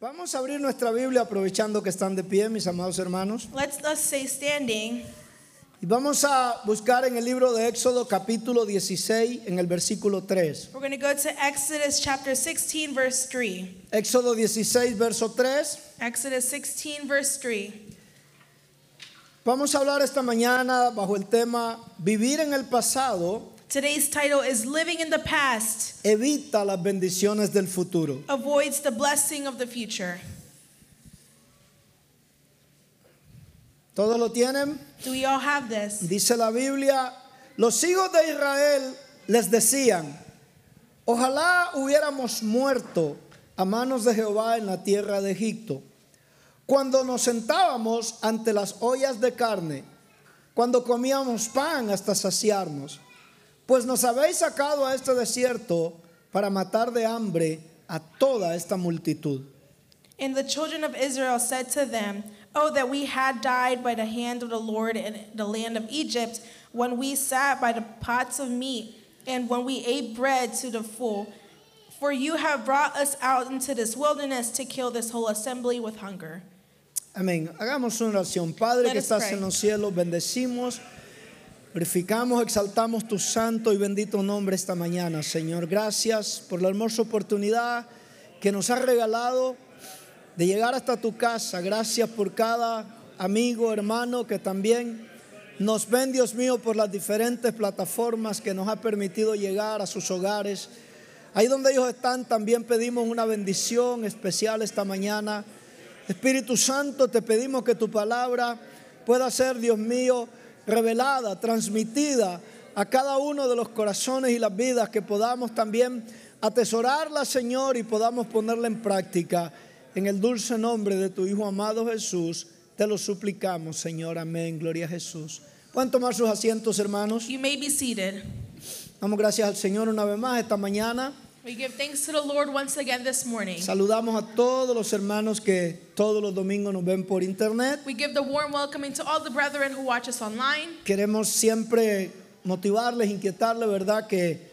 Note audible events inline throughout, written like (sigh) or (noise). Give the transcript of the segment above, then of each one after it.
Vamos a abrir nuestra Biblia aprovechando que están de pie, mis amados hermanos. Let us stay standing Y vamos a buscar en el libro de Éxodo capítulo 16, en el versículo 3. We're going to go to Exodus chapter 16, verse 3. Éxodo 16, verso 3. Exodus 16, verse 3. Vamos a hablar esta mañana bajo el tema Vivir en el pasado Today's title is Living in the Past evita las bendiciones del futuro. Avoids the Blessing of the Future. ¿Todos lo tienen? Do we all have this? Dice la Biblia, los hijos de Israel les decían, ojalá hubiéramos muerto a manos de Jehová en la tierra de Egipto, cuando nos sentábamos ante las ollas de carne, cuando comíamos pan hasta saciarnos, pues nos habéis sacado a este desierto para matar de hambre a toda esta multitud. And the children of Israel said to them, Oh, that we had died by the hand of the Lord in the land of Egypt, when we sat by the pots of meat, and when we ate bread to the full. For you have brought us out into this wilderness to kill this whole assembly with hunger. Amén. Hagamos una oración. Padre Let que us estás pray. en los cielos, bendecimos, glorificamos, exaltamos tu santo y bendito nombre esta mañana, Señor. Gracias por la hermosa oportunidad que nos has regalado de llegar hasta tu casa. Gracias por cada amigo, hermano que también nos ven, Dios mío, por las diferentes plataformas que nos ha permitido llegar a sus hogares. Ahí donde ellos están, también pedimos una bendición especial esta mañana. Espíritu Santo, te pedimos que tu palabra pueda ser, Dios mío, revelada, transmitida a cada uno de los corazones y las vidas, que podamos también atesorarla, Señor, y podamos ponerla en práctica. En el dulce nombre de tu Hijo amado Jesús, te lo suplicamos, Señor. Amén. Gloria a Jesús. ¿Pueden tomar sus asientos, hermanos? You may be seated. Damos gracias al Señor una vez más esta mañana. We give thanks to the Lord once again this morning. Saludamos a todos los hermanos que todos los domingos nos ven por internet. We give the warm welcoming to all the brethren who watch us online. Queremos siempre motivarles, inquietarles, ¿verdad? Que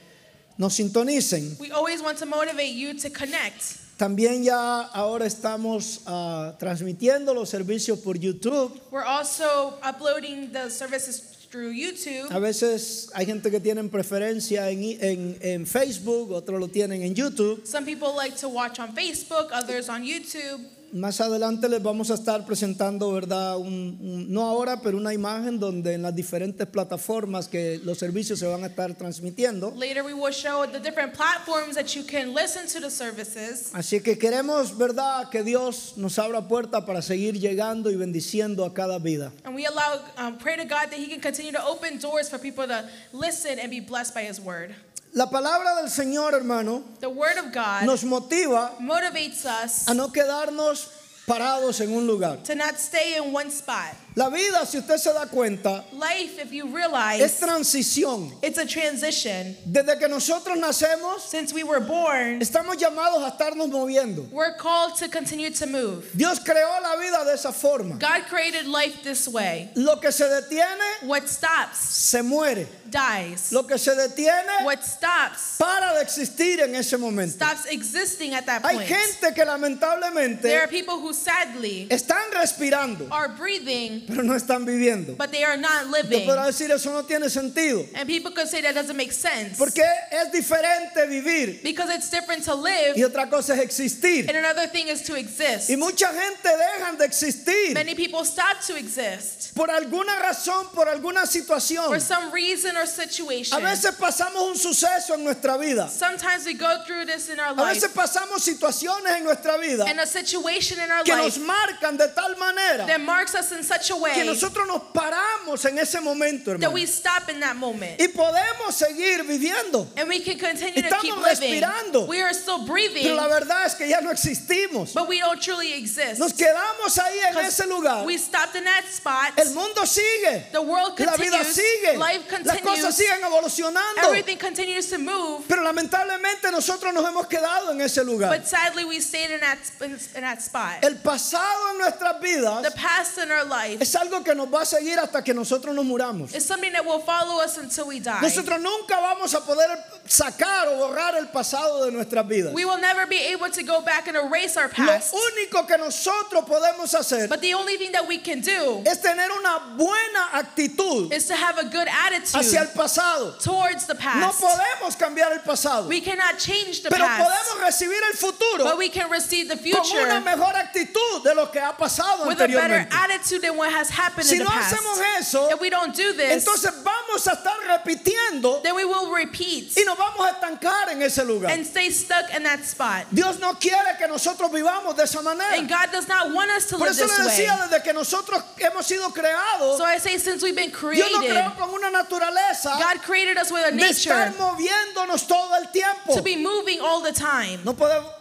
nos sintonicen. We always want to motivate you to connect. También ya ahora estamos ah, transmitiendo los servicios por YouTube. We're also uploading the services through YouTube. A veces hay gente que tiene preferencia en, en- en Facebook, otros lo tienen en YouTube. Some people like to watch on Facebook, others on YouTube. Más adelante les vamos a estar presentando, ¿verdad? Un- un- no ahora, pero una imagen donde en las diferentes plataformas que los servicios se van a estar transmitiendo. Later, we will show the different platforms that you can listen to the services. Así que queremos, ¿verdad?, que Dios nos abra puerta para seguir llegando y bendiciendo a cada vida. And we allow, um, pray to God that He can continue to open doors for people to listen and be blessed by His word. La palabra del Señor, hermano, The word of God nos motiva motivates us a no quedarnos parados en un lugar. to not stay in one spot. La vida, si usted se da cuenta, Life, if you es realize, transición. it's a transition. Desde que nosotros nacemos, Since we were born, estamos llamados a estarnos moviendo. we're called to continue to move. Dios creó la vida de esa forma. God created life this way. Lo que se detiene, What stops se muere. dies. Lo que se detiene, What stops para de existir en ese momento. stops existing at that Hay point. gente que lamentablemente pues. There are people who sadly Están respirando, are breathing, pero no están viviendo. but they are not Yo living. podrá decir, eso no tiene sentido. And people could say that doesn't make sense Porque es diferente vivir because it's different to y live, otra cosa es existir. and another thing is to exist. Y mucha gente dejan de existir Many people stop to exist por alguna razón, por alguna situación. for some reason or A situation. veces pasamos un suceso en nuestra vida. Sometimes we go through this in our A life veces pasamos situaciones en nutra vida and a situation in our que nos life marcan de tal manera that marks us in such a que way nosotros nos paramos en ese momento, that hermano. we stop in that moment. Y podemos seguir viviendo. And we can continue to Estamos keep living. respirando. We are still Pero breathing, la verdad es que ya no existimos. but we don't truly exist. Nos quedamos ahí en ese lugar. We stopped in that spot. El mundo sigue. The world La vida continues. sigue. Life Las cosas continues. siguen evolucionando. Everything continues to move. Pero lamentablemente nosotros nos hemos quedado en ese lugar. But sadly, we stayed in that, in, in that spot. El pasado en nuestras The vidas past in our life es algo que nos va a seguir hasta que nosotros nos muramos. is something that will follow us until we die. Nosotros nunca vamos a poder sacar o borrar el pasado de nuestras vidas. We will never be able to go back and erase our Lo past. único que nosotros podemos hacer But the only thing that we can do es tener una buena actitud is to have a good hacia el attitude pasado. towards the No past. podemos cambiar el pasado, We cannot change the pero past, podemos recibir el futuro but we can receive the con una future mejor actitud de lo que ha pasado with a better anteriormente. attitude than what has happened Si in no the past. hacemos eso, If we don't do this, entonces vamos a estar repitiendo then we will repeat y nos vamos a estancar en ese lugar. and stay stuck in that spot. Dios no quiere que nosotros vivamos de esa And manera. God does not want us to Por live eso le this way. decía desde que nosotros hemos sido creados, So I say, since we've been Dios nos created, creó con una naturaleza God created us with a de estar nature moviéndonos todo el tiempo. to be moving all the time. No podemos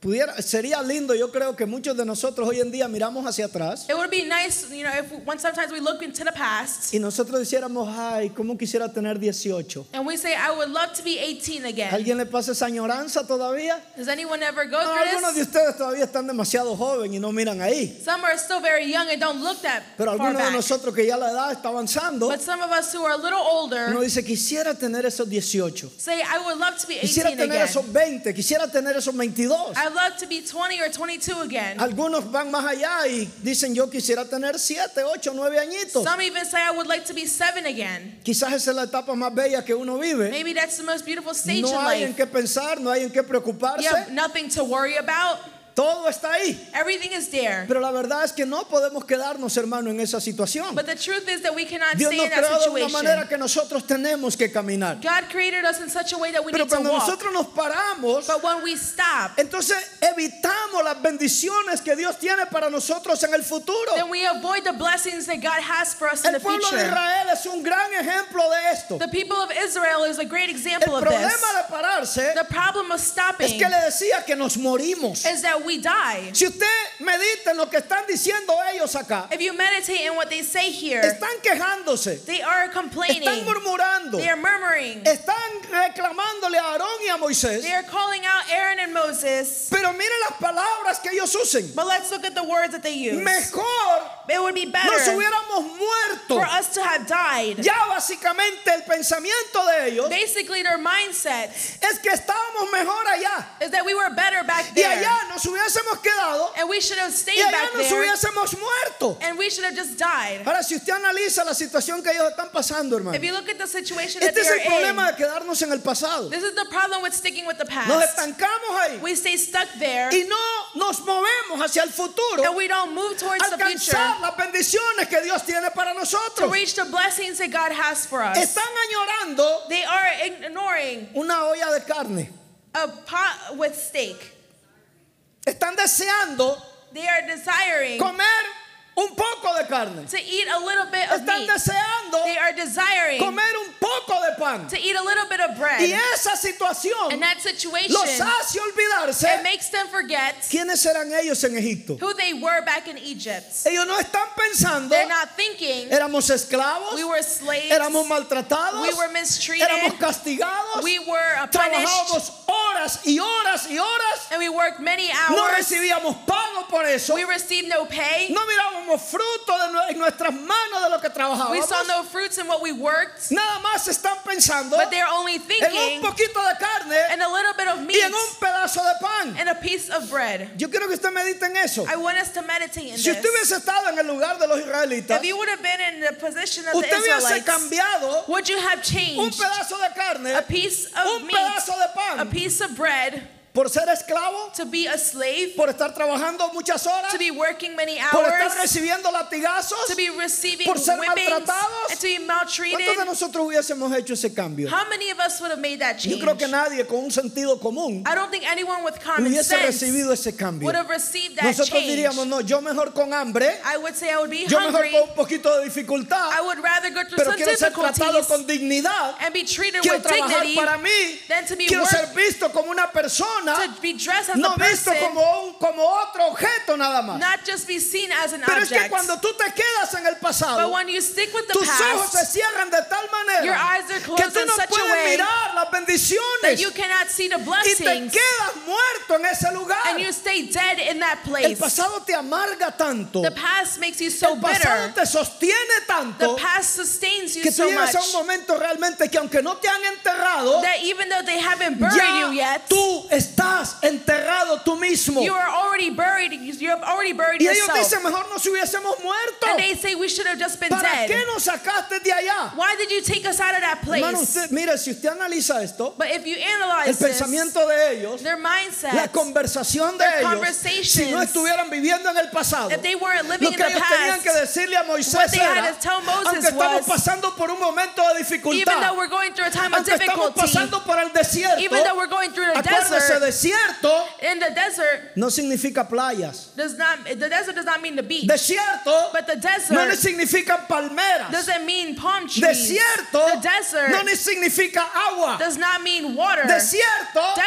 pudiera sería lindo, yo creo que muchos de nosotros hoy en día miramos hacia atrás It would be nice, you know, if when sometimes we look into the past y nosotros dijéramos, "Ay, cómo quisiera tener 18." and we say, I would love to be 18 again. ¿Alguien le pasa esa añoranza todavía? Does anyone ever go No, through algunos de this? ustedes todavía están demasiado joven y no miran ahí. Some are still very young and don't look that Pero far algunos de back. nosotros que ya la edad está avanzando, But some of us who are a little older uno dice, quisiera tener esos 18. say, I would love to be Quisiera 18 tener again. Ah. esos 20, quisiera tener esos 22. I'd love to be 20 or 22 again. Algunos van más allá y dicen, yo quisiera tener 7, 8, 9 añitos. Some even say, I would like to be 7 again. Quizás esa es la etapa más bella que uno vive. Maybe that's the most beautiful stage in No hay en life. qué pensar, no hay en qué preocuparse. You have nothing to worry about. Todo está ahí. Everything is there. Pero la verdad es que no podemos quedarnos, hermano, en esa situación. But the truth is that we cannot Dios stay nos in that creó de una situation. manera que nosotros tenemos que caminar. God created us in such a way that we Pero need to cuando walk. nosotros nos paramos, but when we stop, entonces evitamos las bendiciones que Dios tiene para nosotros en el futuro. then we avoid the blessings that God has for us in El the pueblo de future. Israel es un gran ejemplo de esto. The people of Israel is a great El example of problema this. de pararse The problem of es stopping que le decía que nos morimos. is that we die. Si usted medita en lo que están diciendo ellos acá, If you meditate in what they say here, están quejándose, they are complaining, están murmurando, they are murmuring, están reclamándole a Aarón y a Moisés. they are calling out Aaron and Moses. Pero miren las palabras que ellos usen. But let's look at the words that they use. Mejor It would be nos better hubiéramos muerto. for us to have died. Ya básicamente el pensamiento de ellos Basically, their mindset es que estábamos mejor allá. is that we were better back Y there. allá nos hubiésemos quedado And we should have y stayed allá back nos there. hubiésemos muerto. And we should have just died. Ahora, si usted analiza la situación que ellos están pasando, hermano, If you look at the situation that este es el they are problema in, de quedarnos en el pasado. this is the problem with sticking with the Nos past. estancamos ahí We stay stuck there y no nos movemos hacia el futuro, and we don't move towards the future alcanzar las bendiciones que Dios tiene para to nosotros. reach the blessings that God has for us. Están añorando They are ignoring una olla de carne. a pot with steak. Están deseando They are desiring comer un poco de carne. to eat a little bit of Están meat. deseando They are desiring comer un poco de pan. to eat a little bit of Y bread. esa situación And that situation, los it hace olvidarse makes them forget quiénes eran ellos en Egipto. who they were back in Egypt. Ellos no están pensando, They're not thinking éramos esclavos, we were slaves, éramos maltratados, we were mistreated, éramos castigados, we were uh, punished, trabajábamos horas y horas y horas, and we worked many no hours. recibíamos pago por eso, We received no pay. no mirábamos fruto de nue- en nuestras manos de lo que We trabajábamos. saw no fruits in what we worked, Nada más están pensando but they're only en un thinking poquito de carne and a little bit of y meat en un pedazo de pan. and a piece of bread. Yo quiero que usted medite en eso. I want us to meditate in Si usted this. hubiese estado en el lugar de los israelitas, If you would have been in the position of the usted hubiese Israelites, cambiado would you have un changed pedazo de carne, a piece of un meat, pedazo de a pan, piece of bread, por ser esclavo, to be a slave, por estar trabajando muchas horas, to be working many por estar hours, recibiendo latigazos. to be receiving Por ser whippings maltratados. and to be ¿Cuántos de maltreated. nosotros hubiésemos hecho ese cambio? How many of us would have made that Yo change? creo que nadie con un sentido común I don't think anyone with common hubiese sense recibido ese cambio. would have received that Nosotros change. diríamos, no, yo mejor con hambre, I would say I would be yo mejor hungry. con un poquito de dificultad, I would rather go through pero some quiero ser tratado difficulties con dignidad, and be treated quiero with trabajar dignity para mí, than to be quiero worth- ser visto como una persona, to be dressed as no a visto person, como, un- como otro objeto nada más. not just be seen as an Pero es que object. cuando tú te quedas en el but pasado, when you stick with the tus ojos se past, cierran de tal Your manera eyes are que closed tú in no such a puedes way mirar las that you bendiciones cannot see the y te blessings, quedas muerto en ese lugar. and you stay dead in that El place. pasado te amarga tanto. The El past makes you so pasado bitter. te sostiene The tanto past sustains you que tú so llegas much a un momento realmente que aunque no te han enterrado, that even though they haven't buried you ya yet, tú estás enterrado tú mismo. you are already buried. You have already buried Y ellos yourself. dicen, mejor nos hubiésemos muerto. And they say we should have just been ¿Para dead. qué nos sacaste de allá? Why did you take us out of that Hermano, place? usted, mire, si usted analiza esto, But if you el analyze this, pensamiento de ellos, their la mindset, conversación de their ellos, conversations, si no estuvieran viviendo en el pasado, if they weren't lo living in que the ellos tenían past, que decirle a Moisés they had era, to tell Moses aunque estamos was, pasando por un momento de even dificultad, though we're going through a time of aunque estamos difficulty, pasando por el desierto, even though we're going through the acuérdese, desert, desierto in the desert no significa playas, does not the desert does not mean the beach, desierto but the no le desert significan palmeras, doesn't mean palm trees. desierto The no desert le significa agua, does not mean water. desierto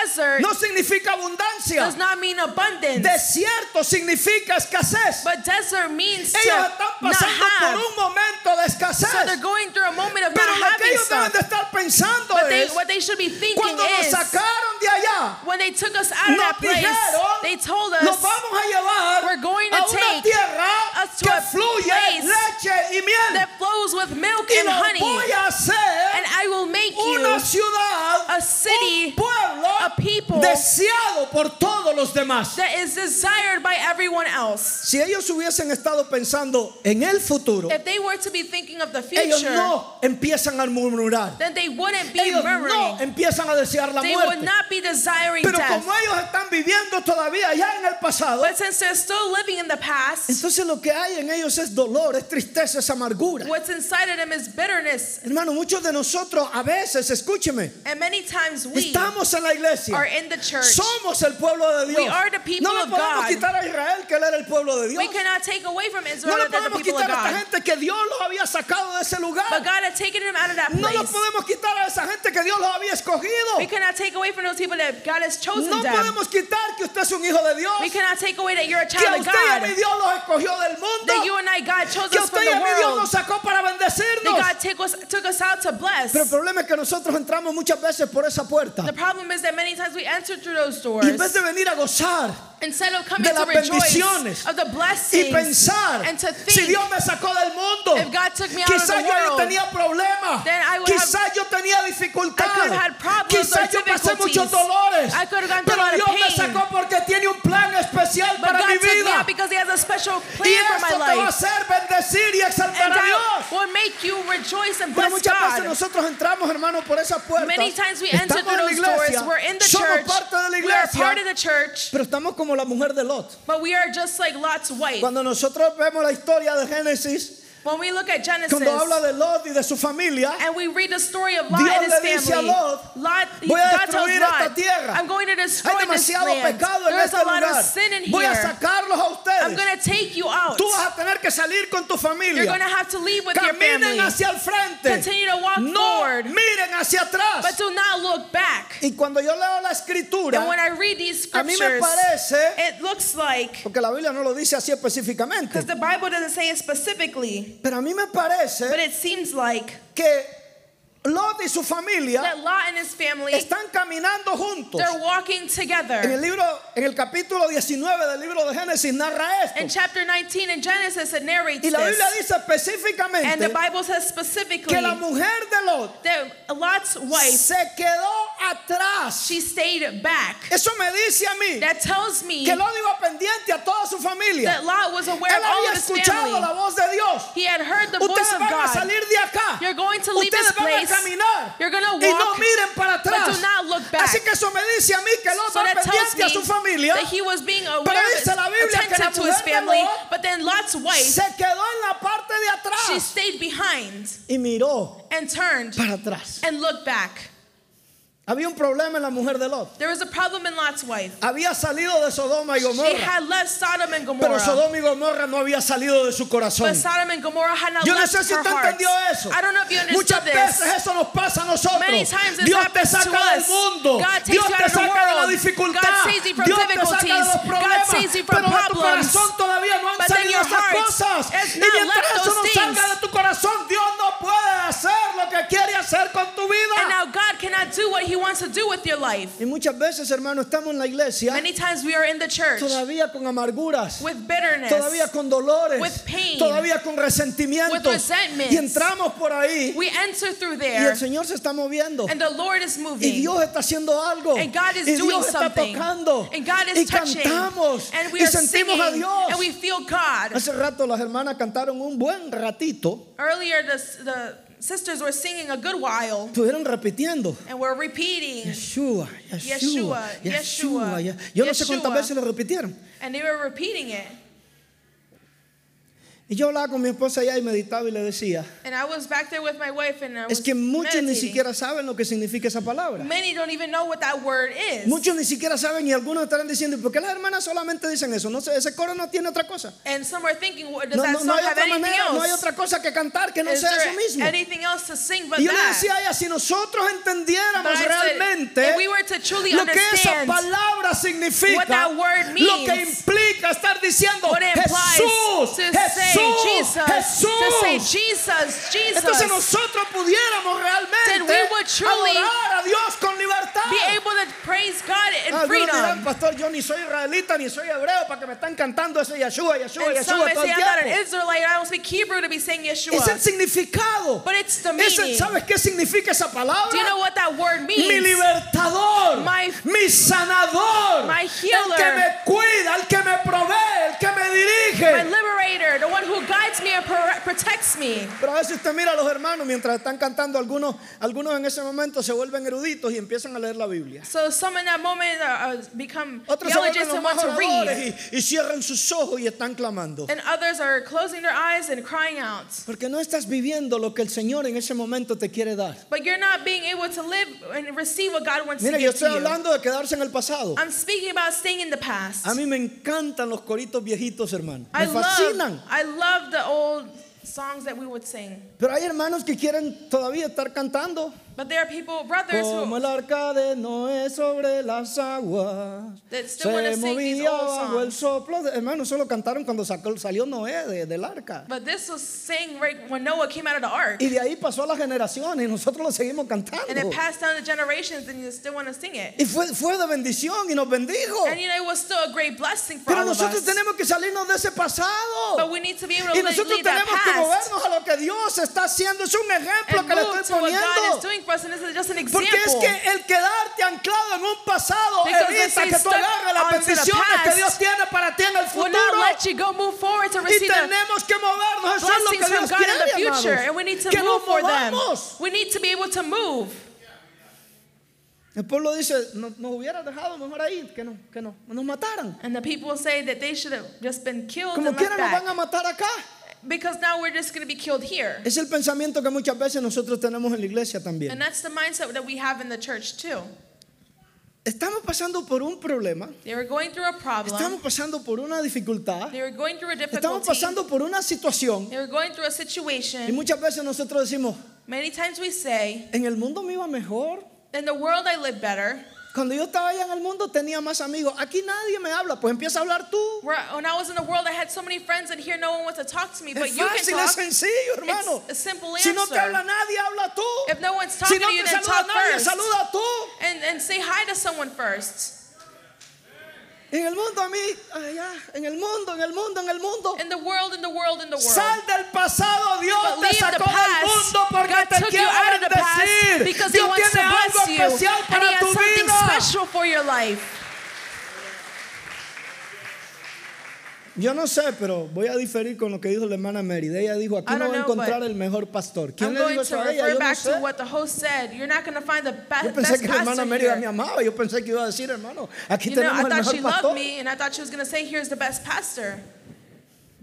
Desert no significa abundancia. Does not mean abundance. Desierto significa escasez. But desert means to Ellos están not pasando have. por un momento de So they're escasez. going through a moment of Pero not lo que having ellos deben stuff. de estar pensando But they, es what they should be thinking cuando nos is sacaron de allá, when they took us out of Nos that place, dijeron, they told nos us vamos a llevar we're going to a una take tierra us to que a fluye place leche y miel that flows with milk y and lo voy honey, a and hacer I will make una you ciudad, a city un pueblo a people deseado por todos los demás. that is desired by everyone else. Si ellos hubiesen estado pensando en el futuro, If they were to be thinking of the ellos future, no empiezan a murmurar. then they wouldn't be Ellos no murmuring. empiezan a desear la They would muerte. not be desiring Pero death. como ellos están viviendo todavía allá en el pasado, But since they're still living in the past, entonces lo que hay en ellos es dolor, es tristeza, es amargura. what's inside of them is bitterness. Hermano, muchos de nosotros a veces, escúcheme, And many times we estamos en la are iglesia. in the church. Somos el pueblo de Dios. We are the people No le of podemos God. quitar a Israel que él era el pueblo de Dios. We cannot take away from Israel No le that they're the podemos people of quitar a esta God. gente que Dios los había sacado de ese But lugar. God had taken them out of that No le place. podemos quitar a esa gente que Dios los había escogido. We cannot take away from those people that God has chosen No them. podemos quitar que usted es un hijo de Dios. We cannot take away that you're a Que a child of usted y a mi God. Dios los escogió del mundo. That you and I, God, chose que us usted from y the a mí Dios world. nos sacó para That bendecirnos. God took us, took us out to bless. Pero el problema es que nosotros entramos muchas veces por esa puerta. The problem is that many times we enter through those Y en doors vez de venir a gozar instead of coming de las to rejoice bendiciones of the y blessings. pensar, and to think, si Dios me sacó del mundo, If God took me out of the quizás yo no world, tenía problemas, then I would quizás yo tenía I could have dificultades, had problems or quizás yo pasé muchos difficulties. dolores, I could have gone through pero a lot Dios of me pain. sacó porque tiene un plan especial But para mi God took me vida. out because He has a special Y plan for eso my te va a life. hacer bendecir y exaltar And a that Dios. will make you rejoice and Pero bless muchas veces God. nosotros entramos, hermano, por esa puerta. Many times we enter Estamos through en la those doors. iglesia, We're in the somos church. parte de la We are iglesia, part of the church. pero estamos como la mujer de Lot. But we are just like Lot's wife. Cuando nosotros vemos la historia de Génesis, When we look at Genesis cuando habla de Lot y de su familia, and we read the story of Lot Dios and le his dice a family, Lot, Lot, he- voy a God tells destruir Lot, esta tierra. I'm going to destroy hay this demasiado land. pecado en este There's a lot lugar. of sin in Voy a here. sacarlos a I'm ustedes. going to take you out. Tú vas a tener que salir con tu You're going to familia. have to leave with your Caminen family. hacia el frente. Continue to walk No forward, miren hacia but atrás. do not look back. Y cuando yo leo la escritura, And when I read these a mí scriptures, me parece it looks like, Porque la Biblia no lo dice así específicamente. because the Bible doesn't say it specifically, Pero a mí me but parece it seems like que Lot y su familia that Lot and his family, están caminando juntos. they're walking En el together. libro, en el capítulo 19 del libro de Génesis narra In esto. chapter 19 in Genesis, it narrates Y la this. Biblia dice And the específicamente Bible says specifically que la mujer de Lot that Lot's wife, se quedó atrás. she stayed back. Eso me dice a mí That tells me que Lot iba pendiente a toda su familia. that Lot was aware Él of all había of his escuchado la family. voz de Dios. He had heard the voice Ustedes of van a God. salir de acá. You're going to leave this Ustedes van a place. caminar. You're going to y no walk. miren para atrás. do not look back. Así que eso me dice a mí que Lot So va that tells pendiente me a su familia, that he was being aware Pero of dice la Biblia que la attentive to mujer his de family. Lot But then Lot's wife, se quedó en la parte de atrás she stayed behind y miró and turned para atrás. and looked back. Había un problema en la mujer de Lot. There was a problem in Lot's wife. Había salido de Sodoma y She Gomorra, had left Sodom pero and Gomorrah. Pues Sodoma y Gomorra no había salido de su corazón. But Sodom and Gomorrah had not Yo no left sé si her usted heart. entendió eso. I don't know if you Muchas understood veces this. eso nos pasa a Many nosotros. times this Dios te happens to saca del us. mundo. God takes Dios you te out of the saca de la world. dificultad. God saves you from Dios te saca de los difficulties. problemas. God saves you from Pero de tu problems. corazón todavía no han But then salido your esas heart cosas. has Y not mientras left eso those no salga things. de tu corazón, Dios no puede hacer lo que quiere hacer con tu And vida. now God cannot do what He wants to do with your life. Y muchas veces, hermano, estamos en la iglesia Many times we are in the church todavía con amarguras. with bitterness. Todavía con dolores, With pain. todavía con With resentimientos, resentments. y entramos por ahí We enter through y el there, Señor se está moviendo. and the Lord is Y moving. Dios está haciendo algo. And God is y doing Dios está something. tocando. And God is y touching. cantamos. and we y are sentimos singing. a Dios. And we feel God. Hace rato las hermanas cantaron un buen ratito. Earlier, the, the sisters were singing a good while, Estuvieron repitiendo. and we're repeating. Yeshua, Yeshua, Yeshua, Yeshua, Yeshua. Yo no sé cuántas Yeshua. veces lo repitieron. And they were repeating it. Y yo hablaba con mi esposa allá y meditaba y le decía, And I was back there with my wife, and I was es que muchos ni meditating. siquiera saben lo que significa esa palabra. Many don't even know what that word is. Muchos ni siquiera saben y algunos estarán diciendo, ¿y por qué las hermanas solamente dicen eso? No sé, ese coro no tiene otra cosa. and some are thinking, what, does No, that no, song no hay have otra anything manera, else? no hay otra cosa que cantar que no Is sea there eso mismo. anything else to sing but Y yo le that? decía a ella, si nosotros entendiéramos But I said, realmente if we were to truly lo que esa understand palabra significa, what that word lo que means, implica estar diciendo what it implies Jesús, to Jesús, say Jesus, to say Jesús. Jesus, Entonces Jesus, nosotros pudiéramos Then realmente we would truly adorar a Dios con libertad. be able to praise God in Algunos dirán, freedom. pastor, yo ni soy israelita ni soy hebreo para que me están cantando ese Yeshua, Yeshua, And some Yeshua may todo say, el I'm not an tiempo. Israelite, I don't speak Hebrew to be saying Es el Yeshua. significado. But it's the Es el- meaning. ¿Sabes qué significa esa palabra? Do you know what that word mi means? libertador, My- mi sanador, My el que healer. me cuida, el que me provee, el que me My dirige. liberator, the one who guides me and pro- protects me. Pero a veces usted mira a los hermanos mientras están cantando, algunos, algunos en ese momento se vuelven eruditos y empiezan a leer la Biblia. So some in that moment uh, uh, become Otros se vuelven theologians los and más want to read. oradores y, y cierran sus ojos y están clamando. And others are closing their eyes and crying out. Porque no estás viviendo lo que el Señor en ese momento te quiere dar. But you're not being able to live and receive what God wants Mira, to yo give estoy to you. hablando de quedarse en el pasado. I'm speaking about staying in the past. A mí me encantan los coritos viejitos, hermano. I Me love, fascinan. I love the old songs that we would sing. Pero hay hermanos que quieren todavía estar cantando. But there are people, brothers, Como el who arca de Noé sobre las aguas That se still wanna sing these movía old bajo el songs. soplo. de- hermano, solo cantaron cuando sacó- salió Noé de- del arca. but this was sang right when Noah came out of the ark. Y de ahí pasó a las generaciones y nosotros lo seguimos And it cantando. passed down to generations and you still want to sing it. Y fue, fue de bendición y nos bendijo. And you know, it was still a great blessing for Pero all of nosotros us. tenemos que salirnos de ese But pasado. we need to be able to Y live, nosotros leave that tenemos que past movernos a lo que Dios está haciendo. Es un ejemplo and que le move to estoy what God is poniendo. doing for us. And this is just an example. Porque es que el quedarte anclado en un pasado Because they evita say que tú stuck agarres las onto the bendiciones que past. Dios tiene para ti en el will not futuro. let you go move forward to Y receive the tenemos que movernos. Eso es lo blessings que from Dios God in the quiere, future. And we need hermanos. to Que move nos for them. movamos. We need to be able to move. El pueblo dice, "No- nos hubiera dejado mejor ahí, que no, que no, nos mataran. And the people say that they should have just been killed Como and left quiera nos van back. a matar acá. Because now we're just going to be killed here. Es el pensamiento que muchas veces nosotros tenemos en la iglesia And también. that's the mindset that we have in the church too. Estamos pasando por un problema, They were going through a problem. estamos pasando por una dificultad, They were going through a estamos difficulty. pasando por una situación They were going through a y situation. muchas veces nosotros decimos, Many times we say, en el mundo me iba mejor, in the world I live better. Cuando yo estaba allá en el mundo tenía más amigos. Aquí nadie me habla. Pues empieza a hablar tú. Where, when I was in the world, I had so many friends, and here no one wants to talk to me. But Es you can fácil, es talk. sencillo, hermano. It's a simple Si no te answer. habla nadie, habla tú. If no one's Si talking no to you, te then saluda talk nadie, first. saluda tú. And, and say hi to someone first. En el mundo a mí, allá, en el mundo, en el mundo, en el mundo. In the world, in the world, in the world. Sal del pasado, Dios But te leave the sacó del past. mundo porque God te took you quiere out of the past bendecir. because He Dios wants to tiene algo bless you. especial And He para has tu something vida. special for your life. Yo no sé, pero voy a diferir con lo que dijo la hermana Mary. Ella dijo, aquí I no don't va a know, encontrar but el mejor pastor. ¿Quién I'm le dijo going to eso a ella? Yo no refer back to sé. what the host said. You're not going to find the be- Yo pensé best que la hermana pastor Mérida me here. amaba. Yo pensé que iba a decir, hermano, aquí You know, tenemos I el thought she mejor pastor. loved me, and I thought she was going to say, here's the best pastor.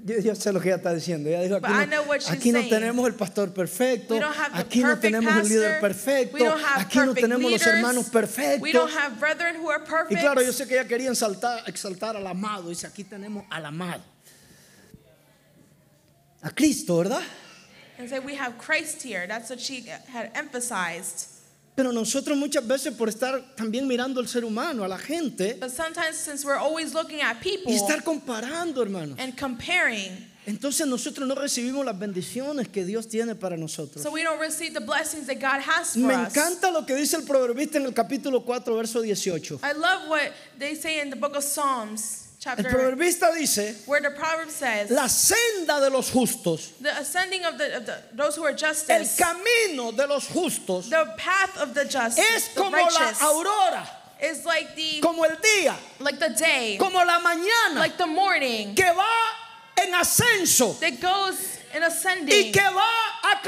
Yo, yo sé lo que ella está diciendo. Ella dijo, But aquí I know no, what she's aquí no saying. tenemos el pastor perfecto, We don't have the aquí no perfect tenemos el líder pastor. perfecto, We don't have aquí no perfect tenemos los leaders. hermanos We don't perfectos. have brethren who are Y perfect. claro, yo sé que ella quería exaltar, exaltar al amado. Dice, aquí tenemos al amado. A Cristo, ¿verdad? And say we have Christ here. That's what she had emphasized. Pero nosotros muchas veces por estar también mirando al ser humano, a la gente, But sometimes, since we're always looking at people y estar comparando, hermano. and comparing, Entonces nosotros no recibimos las bendiciones que Dios tiene para nosotros. so we don't receive the blessings that God has for Me us. encanta lo que dice el proverbista en el capítulo 4, verso 18. I love what they say in the book of Psalms, El chapter proverbista dice, where the proverb says, la senda de los justos, the ascending of the, of the those who are el justice, camino de los justos, the path of the just, es the como la righteous, aurora, is like the como el día, like the day, como la mañana, like the morning que va en ascenso that goes in y ascending, que va and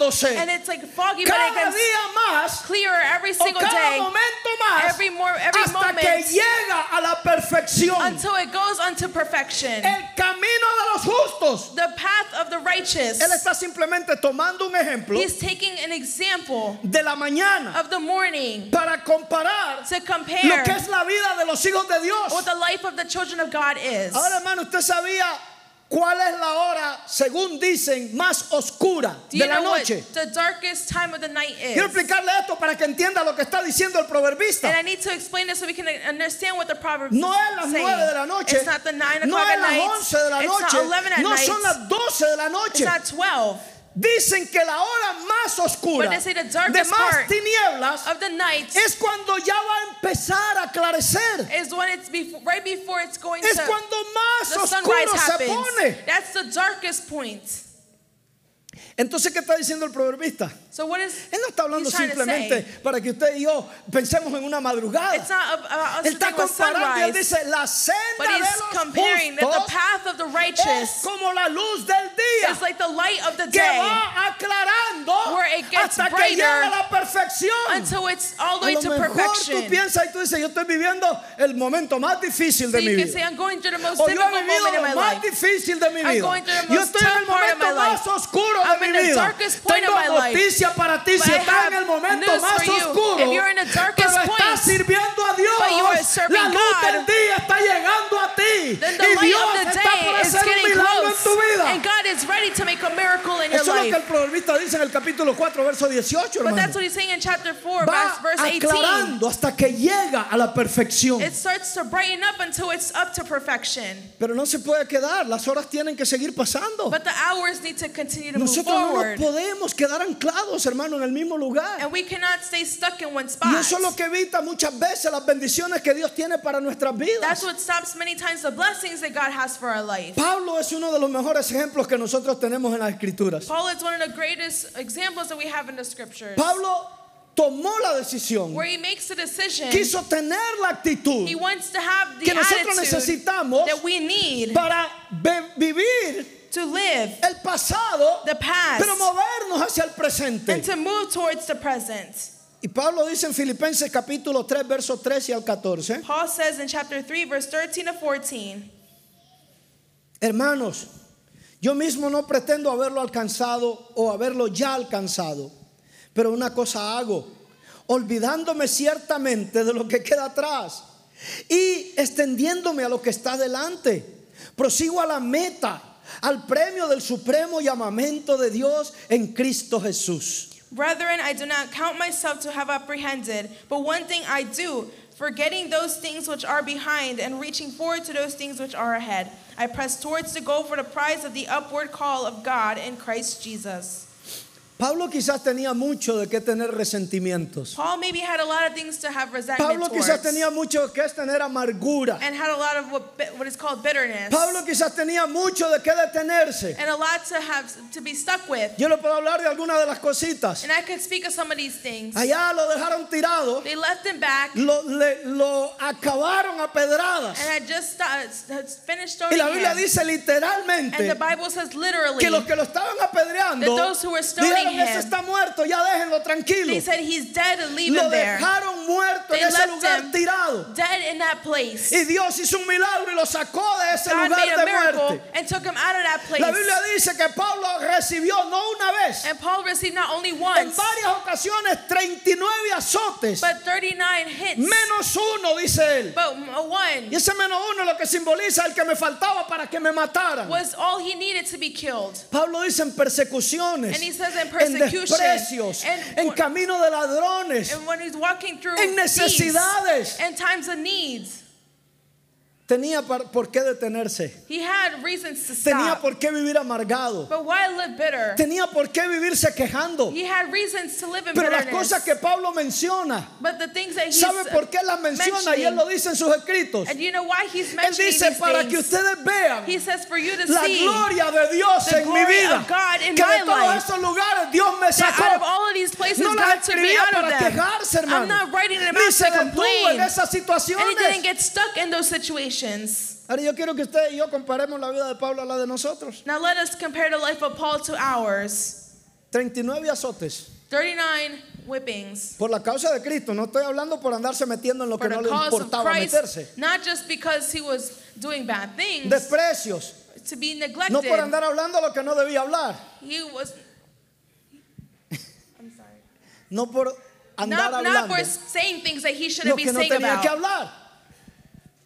aclarándose it's like foggy, but it cada gets día más clearer every o single cada day, momento más every more, every hasta que moment, llega a la perfección. until it goes unto perfection. El camino de los justos. The path of the righteous. Él está simplemente tomando un ejemplo He's taking an example de la mañana of the morning para comparar to lo compare que es la vida de los hijos de what Dios. the life of the children of God is. Ahora, hermano, usted sabía cuál es la hora, según dicen, más oscura Do you de la know what noche. the darkest time of the night is? Quiero explicarle esto para que entienda lo que está diciendo el And proverbista. I need to explain this so we can understand what the proverbs No es las saying. 9 de la noche, It's not the 9 no o'clock es las at night. 11 de la noche, it's not 11 at no night. son las 12 de la it's noche. not 12. Dicen que la hora más oscura, But they say the darkest de más part tinieblas, Of the night es cuando ya va a empezar a aclarecer. is when it's before, right before it's going Es to cuando más the sunrise oscuro se happens. pone. That's the darkest point. Entonces, ¿qué está diciendo el proverbista? So what is Él no está hablando he's trying to simplemente say? para que usted y yo pensemos en una madrugada. It's not about us Él to está think about comparando, él sunrise, dice, la senda but de he's comparing that los the justos path of the es righteous como la luz del is día like the light of the que day va aclarando where it gets hasta que brighter llega a la perfección. until it's all A the way lo to mejor tú perfection. piensas y tú dices, yo estoy viviendo el momento más difícil So de mi you can vida. say, I'm going through the most O yo difficult he vivido moment in my lo más life. difícil de mi I'm vida. going through the Yo most estoy en el tough part of momento my más life. oscuro I'm de in mi the vida. darkest point Tengo of my life. noticia para ti. But Si I estás en have el momento news más for you. oscuro, If you're in the pero darkest estás point, sirviendo a Dios, but you are la serving luz God, del día está llegando a ti. Then the y light Dios of the está por day is hacer un getting milagro close. en tu vida. And God is ready to make a miracle in your Eso es lo que el life. proverbista dice en el capítulo 4, verso 18, But hermano. that's what he's saying in chapter 4, Va verse 18. aclarando hasta que llega a la perfección. It starts to brighten up until it's up to perfection. Pero no se puede quedar, las horas tienen que seguir pasando. But the hours need to continue to move Nosotros no nos forward. podemos quedar anclados, hermano, en el mismo lugar. And we cannot stay stuck in one Y spot. eso es lo que evita muchas veces las bendiciones que Dios tiene para nuestras That's vidas. what stops many times the blessings that God has for our life. Pablo es uno de los mejores ejemplos que nosotros tenemos en las escrituras. Paul is one of the greatest examples that we have in the scriptures Pablo tomó la decisión, where he makes a decision. quiso tener la actitud He wants to have the que nosotros attitude necesitamos that we need para ve- vivir to live el pasado, the past pero movernos hacia el and presente. to move towards the present. Y Pablo dice en Filipenses capítulo 3, versos 13 al 14, Paul says in chapter 3, verse 13 to 14, Hermanos, yo mismo no pretendo haberlo alcanzado o haberlo ya alcanzado, pero una cosa hago, olvidándome ciertamente de lo que queda atrás y extendiéndome a lo que está delante, prosigo a la meta, al premio del supremo llamamiento de Dios en Cristo Jesús. Brethren, I do not count myself to have apprehended, but one thing I do, forgetting those things which are behind and reaching forward to those things which are ahead. I press towards the goal for the prize of the upward call of God in Christ Jesus. Pablo quizás tenía mucho de qué tener resentimientos. Paul maybe had a lot of things to have resentment Pablo quizás towards, tenía mucho de qué tener amargura. and had a lot of what, what is called bitterness, Pablo quizás tenía mucho de qué detenerse. and a lot to have to be stuck with. Yo le puedo hablar de algunas de las cositas. And I could speak of some of these things. Allá lo dejaron tirado, They left him back. lo, le- lo acabaron a pedradas. And I just sta- uh, had finished Y stoning la Biblia him. dice And the literalmente Bible says literally que los que lo estaban apedreando That those who were stoning dijeron, dijeron, ese him. está muerto, ya déjenlo tranquilo. They said, He's dead, leave Lo him there. dejaron muerto They en ese left lugar him. tirado. Dead in that place. Y Dios hizo un milagro y lo sacó de ese lugar God made a de miracle muerte. and took him out of that place. La Biblia dice que Pablo recibió no una vez, And Paul received not only en once, varias ocasiones 39 azotes, but 39 hits. menos uno, dice él. But m- uh, one Y ese menos uno es lo que simboliza el que me faltaba para que me mataran. was all he needed to be killed. Pablo dice en persecuciones, And he says in en persecution, desprecios, and- en camino de ladrones, And when he's walking through en necesidades. thieves and times of needs, Tenía par- por qué detenerse, he had reasons to tenía stop. por qué vivir amargado, But why live bitter? tenía por qué vivirse quejando. He had reasons to live in Pero las bitterness. cosas que Pablo menciona, But the things that he's ¿sabe por qué las uh, menciona? Y él lo mentioning- dice en sus escritos. And you know why he's Él mentioning dice, these para things? que ustedes vean He says for you to la see gloria de Dios the en mi glory vida. of God in Que de my todos life. esos lugares Dios me that out sacó. of all of these places No God las took me escribía out para of them. quejarse, hermano. I'm not writing them Ni out se to detuvo en complain. esas And he didn't situaciones. get stuck in those situations. Ahora yo quiero que usted y yo comparemos la vida de Pablo a la de nosotros. Now let us compare the life of Paul to ours. 39 azotes 39 whippings por la causa de Cristo. No estoy hablando por andarse metiendo en lo for que the no le cause of importaba Christ, meterse. not just because he was doing bad things, Desprecios. to be neglected. No por andar hablando lo que no debía hablar. He was. I'm sorry. No por andar Not, not hablando for saying things that he shouldn't lo be que no saying tenía about. que hablar.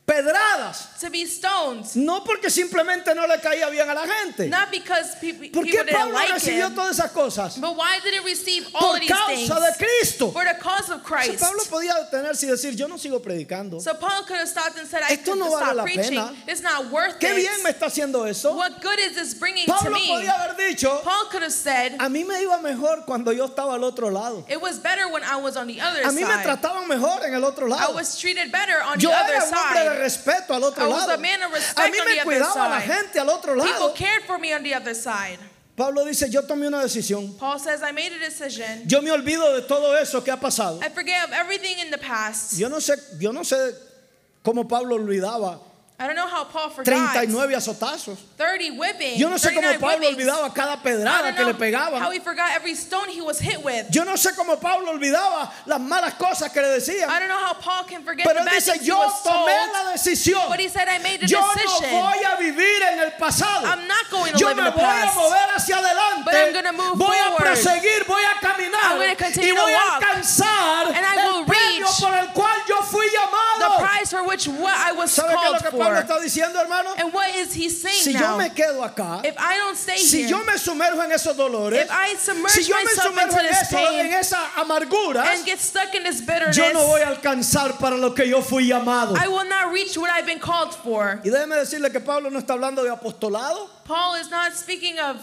Pedradas. To be stoned. No porque simplemente no le caía bien a la gente. Not because people, ¿Por qué people didn't Pablo like recibió him. todas esas cosas? But why did he receive all Por of these things? causa de Cristo. For the cause of Si Christ. Pablo podía detenerse y decir, yo no sigo predicando. So Paul could have stopped and said, I Esto could no not vale la stop preaching. pena. It's not worth Qué it. bien me está haciendo eso. What good is this bringing to Pablo me? podía haber dicho, Paul could have said, a mí me iba mejor cuando yo estaba al otro lado. It was better when I was on the other A mí me side. trataban mejor en el otro I lado. was treated better on Yo the other era un hombre de side. respeto al otro I was lado. a man of respect A mí on the me other cuidaba la side. gente al otro People lado. cared for me on the other side. Pablo dice, yo tomé una decisión. Paul says, I made a decision. Yo me olvido de todo eso que ha pasado. I forgave everything in the past. Yo no sé, yo no sé cómo Pablo olvidaba I don't know how Paul forgot 39 azotazos. 30 whippings. Yo no sé cómo 39 Pablo whippings. olvidaba cada I pedrada don't que le know how pegaban. he forgot every stone he was hit with. Yo no sé cómo Pablo olvidaba las malas cosas que le I decían. don't know how Paul can forget Pero the él bad dice, things he yo was tomé told, la decisión. but he said, I made a Yo decision. no voy a vivir en el pasado. I'm not going to Yo live in me the voy a past. mover hacia But I'm adelante. gonna move Voy a forward. proseguir, voy a caminar I'm gonna continue y to voy a walk. alcanzar And I el will premio reach por el cual yo fui the llamado. prize for which what I was ¿Sabe qué es lo called que Pablo for. está diciendo, hermano? And what is he saying Si yo now? me quedo acá, if I don't stay si here, yo me sumerjo en esos dolores, if I submerge si yo me myself sumerjo into en, this eso, pain en esa amargura, and get stuck in this bitterness, yo no voy a alcanzar para lo que yo fui llamado. I will not reach what I've been called for. Y déjeme decirle que Pablo no está hablando de apostolado, Paul is not speaking of,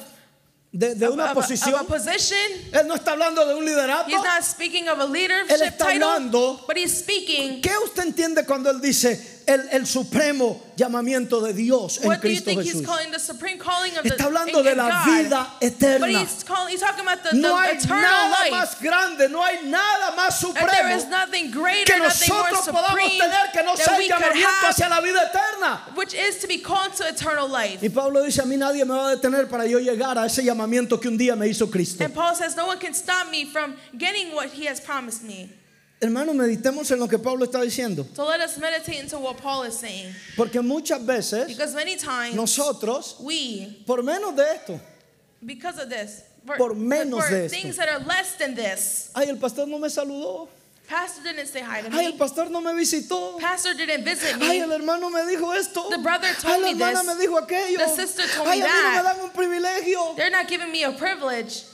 de, de una of, a, of posición. a position. Él no está hablando de un liderato. He's not speaking of a Él leadership está title, hablando- but he's speaking. ¿Qué usted entiende cuando él dice el, el supremo llamamiento de Dios en What do you Cristo think Jesús? he's calling the supreme calling of the Está hablando de in la God. vida But eterna. he's, call, he's talking about the, No the hay eternal nada life. más grande, no hay nada más that there is supremo nothing que greater, nothing more nosotros podamos supreme tener que no sea that el we could llamamiento have, hacia la vida eterna. which is to be called to eternal life. Y Pablo dice, a mí nadie me va a detener para yo llegar a ese llamamiento que un día me hizo Cristo. And Paul says, No one can stop me from getting what he has promised me. Hermano, meditemos en lo que Pablo está diciendo. So let us meditate into what Paul is saying. Porque muchas veces Because many times nosotros, we, por menos de esto, because of this, for, Por menos for de esto. things that are less than this, ay, el pastor no me saludó, Pastor didn't say hi to ay, el me. pastor no me visitó, Pastor didn't visit ay, me. el hermano me dijo esto, The brother ay, told la me hermana this. me dijo aquello, The sister told ay, me a mí no me that. dan un privilegio. They're not giving me a privilege.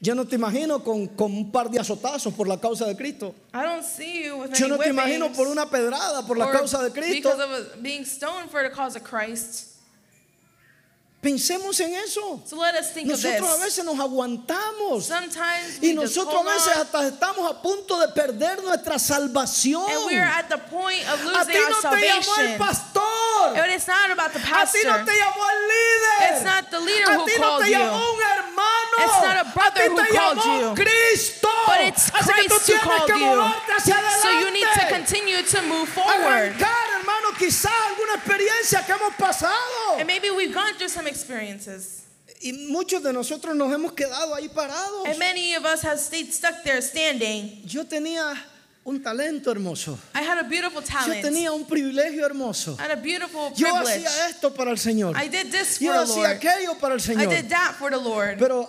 Yo no te imagino con, con un par de azotazos por la causa de Cristo. I don't see you with Yo any no te imagino whippings por una pedrada por la or causa de Cristo. Because of us being stoned for the cause of Christ. Pensemos en eso. So let us think of Nosotros a this. veces nos aguantamos. Sometimes we Y just nosotros a hold veces on, hasta estamos a punto de perder nuestra salvación. and we are at the point of A ti losing our no te llamó el salvation. pastor. But it's not about the A ti pastor. no te llamó el líder. It's not the leader a who ti no called te you. llamó un hermano. It's not a brother a ti who te called llamó you. Cristo. But it's Así que tú Christ who tienes que called you. moverte hacia adelante. So you need to continue to move forward. Arrancar, hermano, quizás alguna experiencia que hemos pasado. And maybe we've gone through some experiences. Y muchos de nosotros nos hemos quedado ahí parados. And many of us have stayed stuck there standing. Yo tenía un talento hermoso. I had a beautiful Yo talent tenía un privilegio hermoso. and a beautiful Yo privilege. hacía esto para el Señor. I did this Yo for the hacía Lord. aquello para el I Señor. did that for the Lord. Pero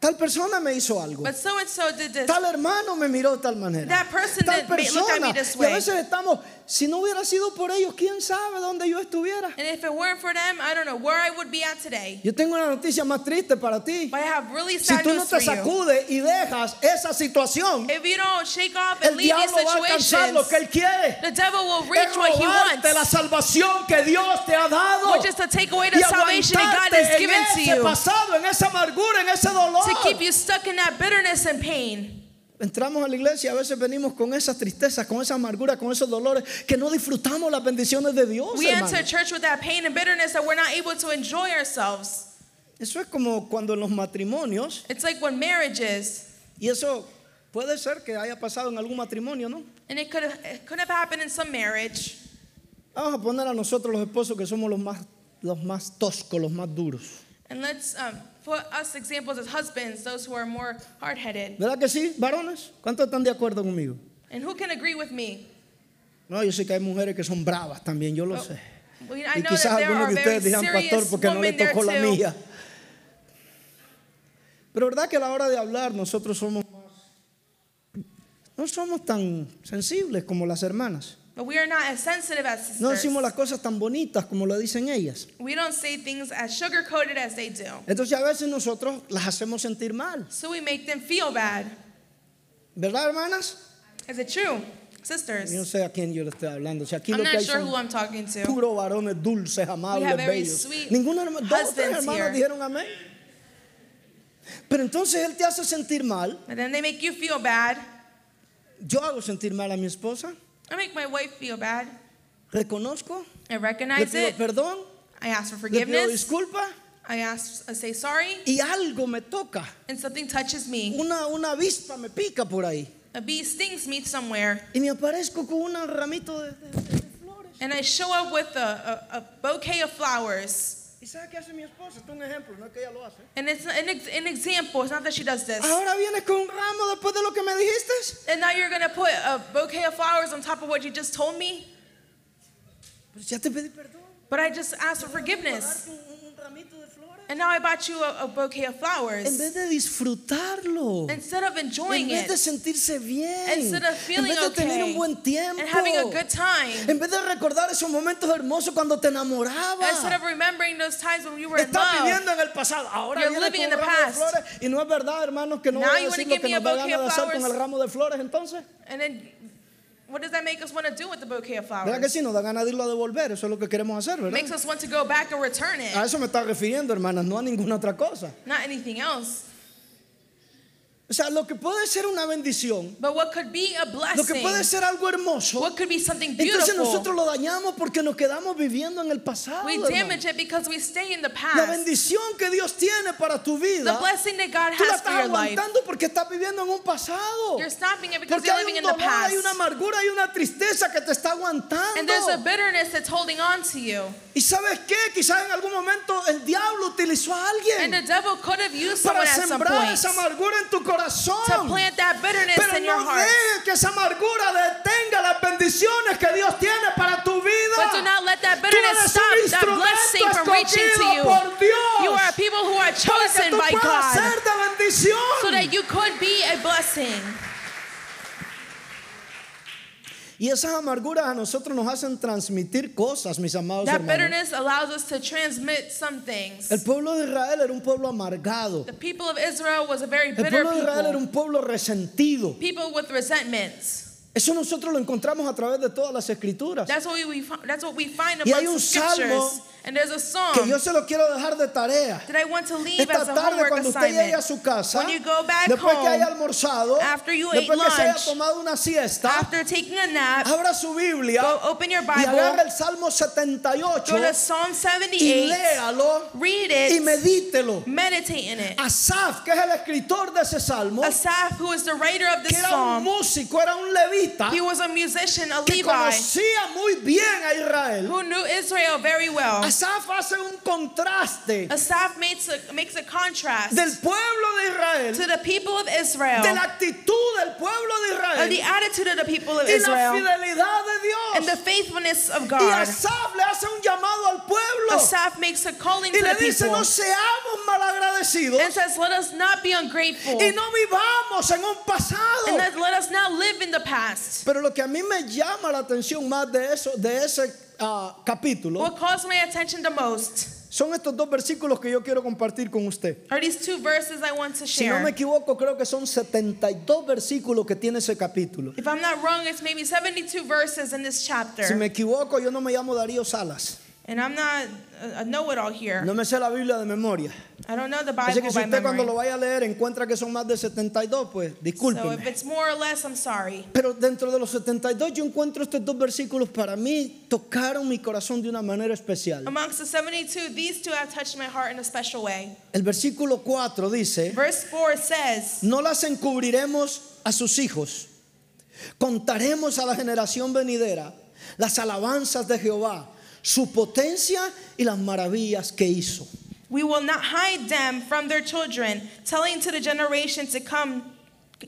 tal persona me hizo algo. But so and so did this. Tal hermano me miró de tal manera. That person Tal that may- looked at persona. me this Y a way. veces estamos, si no hubiera sido por ellos, quién sabe dónde yo estuviera. And if it weren't for them, I don't know where I would be at today. Yo tengo una noticia más triste para ti. But I have really Si sad tú no news te for you. sacudes y dejas esa situación, If you don't shake off and el leave these diablo va a alcanzar lo situations, que él quiere. the devil will Es reach what he robarte la wants, salvación que Dios te ha dado. which is to take away the y salvation that God aguantarte has en given to ese you, pasado, en esa amargura, en ese dolor. to keep you stuck in that bitterness and pain. Entramos a la iglesia y a veces venimos con esas tristezas, con esa amargura, con esos dolores, que no disfrutamos las bendiciones de Dios. We hermano. enter church with that pain and bitterness that we're not able to enjoy ourselves. Eso es como cuando en los matrimonios, It's like when marriages, y eso puede ser que haya pasado en algún matrimonio, ¿no? and it could have it could have happened in some marriage. Vamos a poner a nosotros los esposos que somos los más, los más toscos, los más duros. And let's um, put us examples as husbands, those who are more hard-headed. ¿Verdad que sí, varones? ¿Cuántos están de acuerdo conmigo? And who can agree with me? No, yo sé que hay mujeres que son bravas también, yo lo Oh, sé. we- I Y know quizás that there algunos de are very ustedes dirán, pastor, serious porque no le women there tocó la too. mía. Pero verdad que a la hora de hablar nosotros somos más- no somos tan sensibles como las hermanas. But we are not as sensitive as No sisters. decimos las cosas tan bonitas como lo dicen ellas. We don't say things as sugar-coated as they do. Entonces a veces nosotros las hacemos sentir mal. So we make them feel bad. ¿Verdad, hermanas? Is it true, Yo no sisters? sé a quién yo le estoy hablando. Si aquí I'm lo que not hay sure who son I'm talking to. puros varones dulces, amables, very bellos. sweet Ninguna hermana, dos o tres husbands hermanas here. dijeron amén. Pero entonces él te hace sentir mal. But then they make you feel bad. Yo hago sentir mal a mi esposa, I make my wife feel bad. reconozco, I le recognize pido it. perdón, I ask for le pido forgiveness. disculpa I ask, I say sorry. y algo me toca. And something touches me. Una, una avispa me pica por ahí A bee stings me somewhere. y me aparezco con un ramito de, de- de- de flores. And I show up with a, a, a bouquet of flowers. ¿Y sabe qué hace mi esposa? Esto es un ejemplo, no es que ella lo hace. And it's an, ex- an example. It's not that she does this. Ahora vienes con un ramo después de lo que me dijiste. And now you're going to put a bouquet of flowers on top of what you just told me? Pues ya te pedí perdón. But I just asked for Darte forgiveness. Un, un- un ramito de flores. And now I bought you a, a bouquet of En flowers. vez de disfrutarlo. Instead of En enjoying vez de it sentirse bien, Instead of en feeling vez de tener un okay buen tiempo, and having a good time, En vez de recordar esos momentos hermosos cundo te enamorabas. instead of remembering those times when you were in Estás love, viviendo en el pasado. Ahora You're vienes living con un in the ramo de past. flores. Y no es verdad, hermanos, que no Now voy a you wanna decir lo give que me a nos da bouquet ganas de of hacer con flowers? el ramo de flores entonces. and then what does that make us want to do with the bouquet of ¿Verdad que flowers? sí? Nos da ganas de irlo a devolver. Eso es lo que queremos hacer, ¿verdad? Makes us want to go back and return A it, eso me está refiriendo, hermanas, no a ninguna otra cosa. not anything else. O sea, lo que puede ser una bendición, But what could be a lo que puede blessing? ser algo hermoso, What could be something entonces nosotros beautiful? lo dañamos porque nos quedamos viviendo en el pasado. We hermano. damage it because we stay in the La past. bendición que Dios tiene para tu The vida, blessing that God Tú la has for estás your life. aguantando porque estás viviendo en un pasado. You're stopping it because Porque you're hay living un in dolor, the hay past. una amargura, hay una tristeza que te está And there's a aguantando. bitterness that's holding on to you. Y sabes qué, quizás en algún momento el diablo utilizó a And alguien the devil could have used someone para at some sembrar esa point amargura en tu to corazón. plant that bitterness Pero in your no heart. dejes que esa amargura detenga las bendiciones que Dios tiene para tu But do vida. not let that Tú bitterness eres un stop that blessing instrumento from reaching to escogido you. por Dios. You are a people who are que chosen tú by puedas God ser de so bendición. that you could be a blessing. Y esas amarguras a nosotros nos hacen transmitir cosas, mis amados That hermanos. bitterness allows us to transmit some things. El pueblo de Israel era un pueblo amargado. The people of Israel was a very El bitter pueblo de Israel era people, un pueblo resentido. people with resentments. Eso nosotros lo encontramos a través de todas las escrituras. That's what we, we fi- that's what we find Y hay amongst un the scriptures. salmo And there's a Que yo psalm se lo quiero dejar de tarea. that I want to leave Esta as a tarde homework cuando usted llegue a assignment. su casa, When you go back después que home, haya almorzado, after you después ate que se haya lunch, tomado una siesta, After taking a nap, abra su Biblia go open your ah, y agarra Bible, el Salmo 78 go to Psalm y 78, léalo read y it, medítelo. meditate in it. Asaf, que es el escritor de ese salmo, Asaph, who is the writer of que this era un psalm, músico, era un levita, he was a musician, a que Levi, conocía muy bien a Israel. who knew Israel very well. Asaf hace un contraste Asaph makes a, makes a contrast del pueblo de Israel, to the people of Israel, de la actitud del pueblo de of the Israel attitude of the people y of la Israel, fidelidad de and the Dios. faithfulness of Y God. Asaf le hace un llamado al pueblo Asaph makes a calling y to le the dice, people no seamos malagradecidos and says, Let us not be ungrateful, y no vivamos en un and pasado. let, let us not live in the past. Pero lo que a mí me llama la atención más de eso, de ese ah, capítulo, What calls my attention the most son estos dos versículos que yo quiero compartir con usted. are these two verses I want to Si no share. me equivoco, creo que son 72 versículos que tiene ese capítulo. If I'm not wrong, it's maybe 72 verses in this chapter. Si me equivoco, yo no me llamo Darío Salas. And I'm not a a know-it-all here. No me sé la Biblia de memoria. I don't know the Así Bible que si by usted cuando lo memory. vaya a leer encuentra que son más de 72, pues So if discúlpeme. it's more or less, I'm sorry. Pero dentro de los 72 yo encuentro estos dos versículos para mí tocaron mi corazón de una manera especial. Amongst the 72, these two have touched my heart in a special way. El versículo 4 dice, Verse 4 says, no las encubriremos a sus hijos. Contaremos a la generación venidera las alabanzas de Jehová, su potencia y las maravillas que hizo. We will not hide them from their children, telling to the generation to come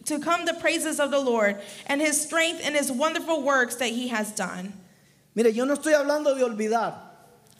to come the praises of the Lord and his strength and his wonderful works that he has done. Mire, yo no estoy hablando de olvidar.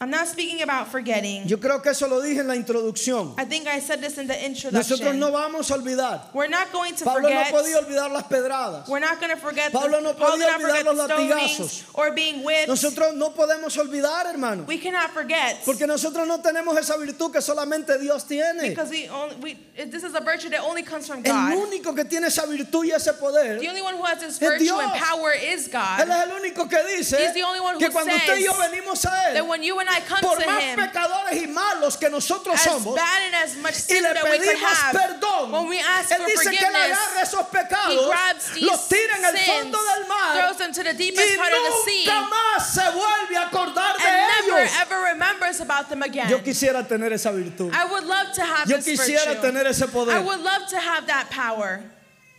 I'm not speaking about forgetting. Yo creo que eso lo dije en la introducción. I think I said this in the Nosotros introduction. no vamos a olvidar. We're not going to Pablo no forget. podía olvidar las pedradas. We're not going to forget Pablo no the, Paul's podía not forget olvidar los the latigazos. stonings or being whipped. Nosotros no podemos olvidar, hermano. we cannot forget Porque nosotros no tenemos esa virtud que solamente Dios tiene. because we only we it- this is a virtue that only comes from El God. único que tiene esa virtud y ese poder The only one who has this Es virtue and Dios. power is Él God. es el único que dice He's the only one who que cuando usted y yo says venimos a Él, That when you and I come por to más Him, pecadores y malos que nosotros as somos, bad and as much y sin le that we could pedimos have, perdón, when we ask Él for dice que Él forgiveness, agarra esos He pecados, grabs these los tira en el sins, fondo del mar throws them to the y deepest part of the sea, nunca más se vuelve a acordar de and never ellos. ever remembers about them again. Yo quisiera tener esa virtud, I would love to have yo this quisiera virtue. tener ese I poder, would love to have that power,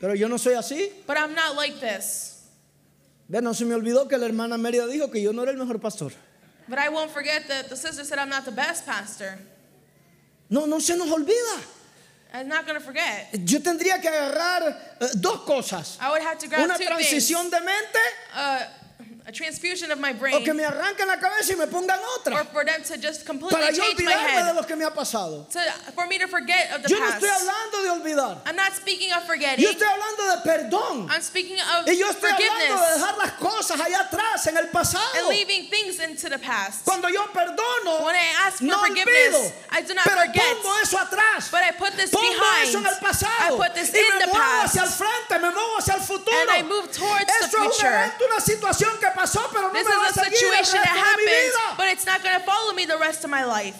pero yo no soy así. but I'm not like this. Ve, no se me olvidó que la hermana Mérida dijo que yo no era el mejor pastor. But I won't forget that the sister said I'm not the best pastor. No, no se nos olvida. I'm not gonna forget. Yo tendría que agarrar eh, dos cosas. I would have to grab Una two things. transición de mente Uh, a transfusion of my brain, o que me arranquen la cabeza y me pongan or otra for them to just completely para yo change my olvidarme de head, lo que me ha pasado. to, for me to forget of the Yo no past. estoy hablando de olvidar. I'm not speaking of Yo forgetting. estoy hablando de perdón. I'm speaking of Y yo estoy hablando de Ah, forgiveness dejar las cosas allá atrás en el and pasado. leaving things into the past. Cuando yo perdono, When I ask for no forgiveness, olvido, I do not pero forget. pongo eso atrás. But I put this Pongo behind. eso en el pasado I put this y in me the muevo past. hacia el frente, me muevo hacia el futuro. And I move towards the Esto es un future. evento, una situación que pasó, pero no This me va a is a seguir el resto situation that de mi happens, vida. but it's not going to follow me the rest of my life.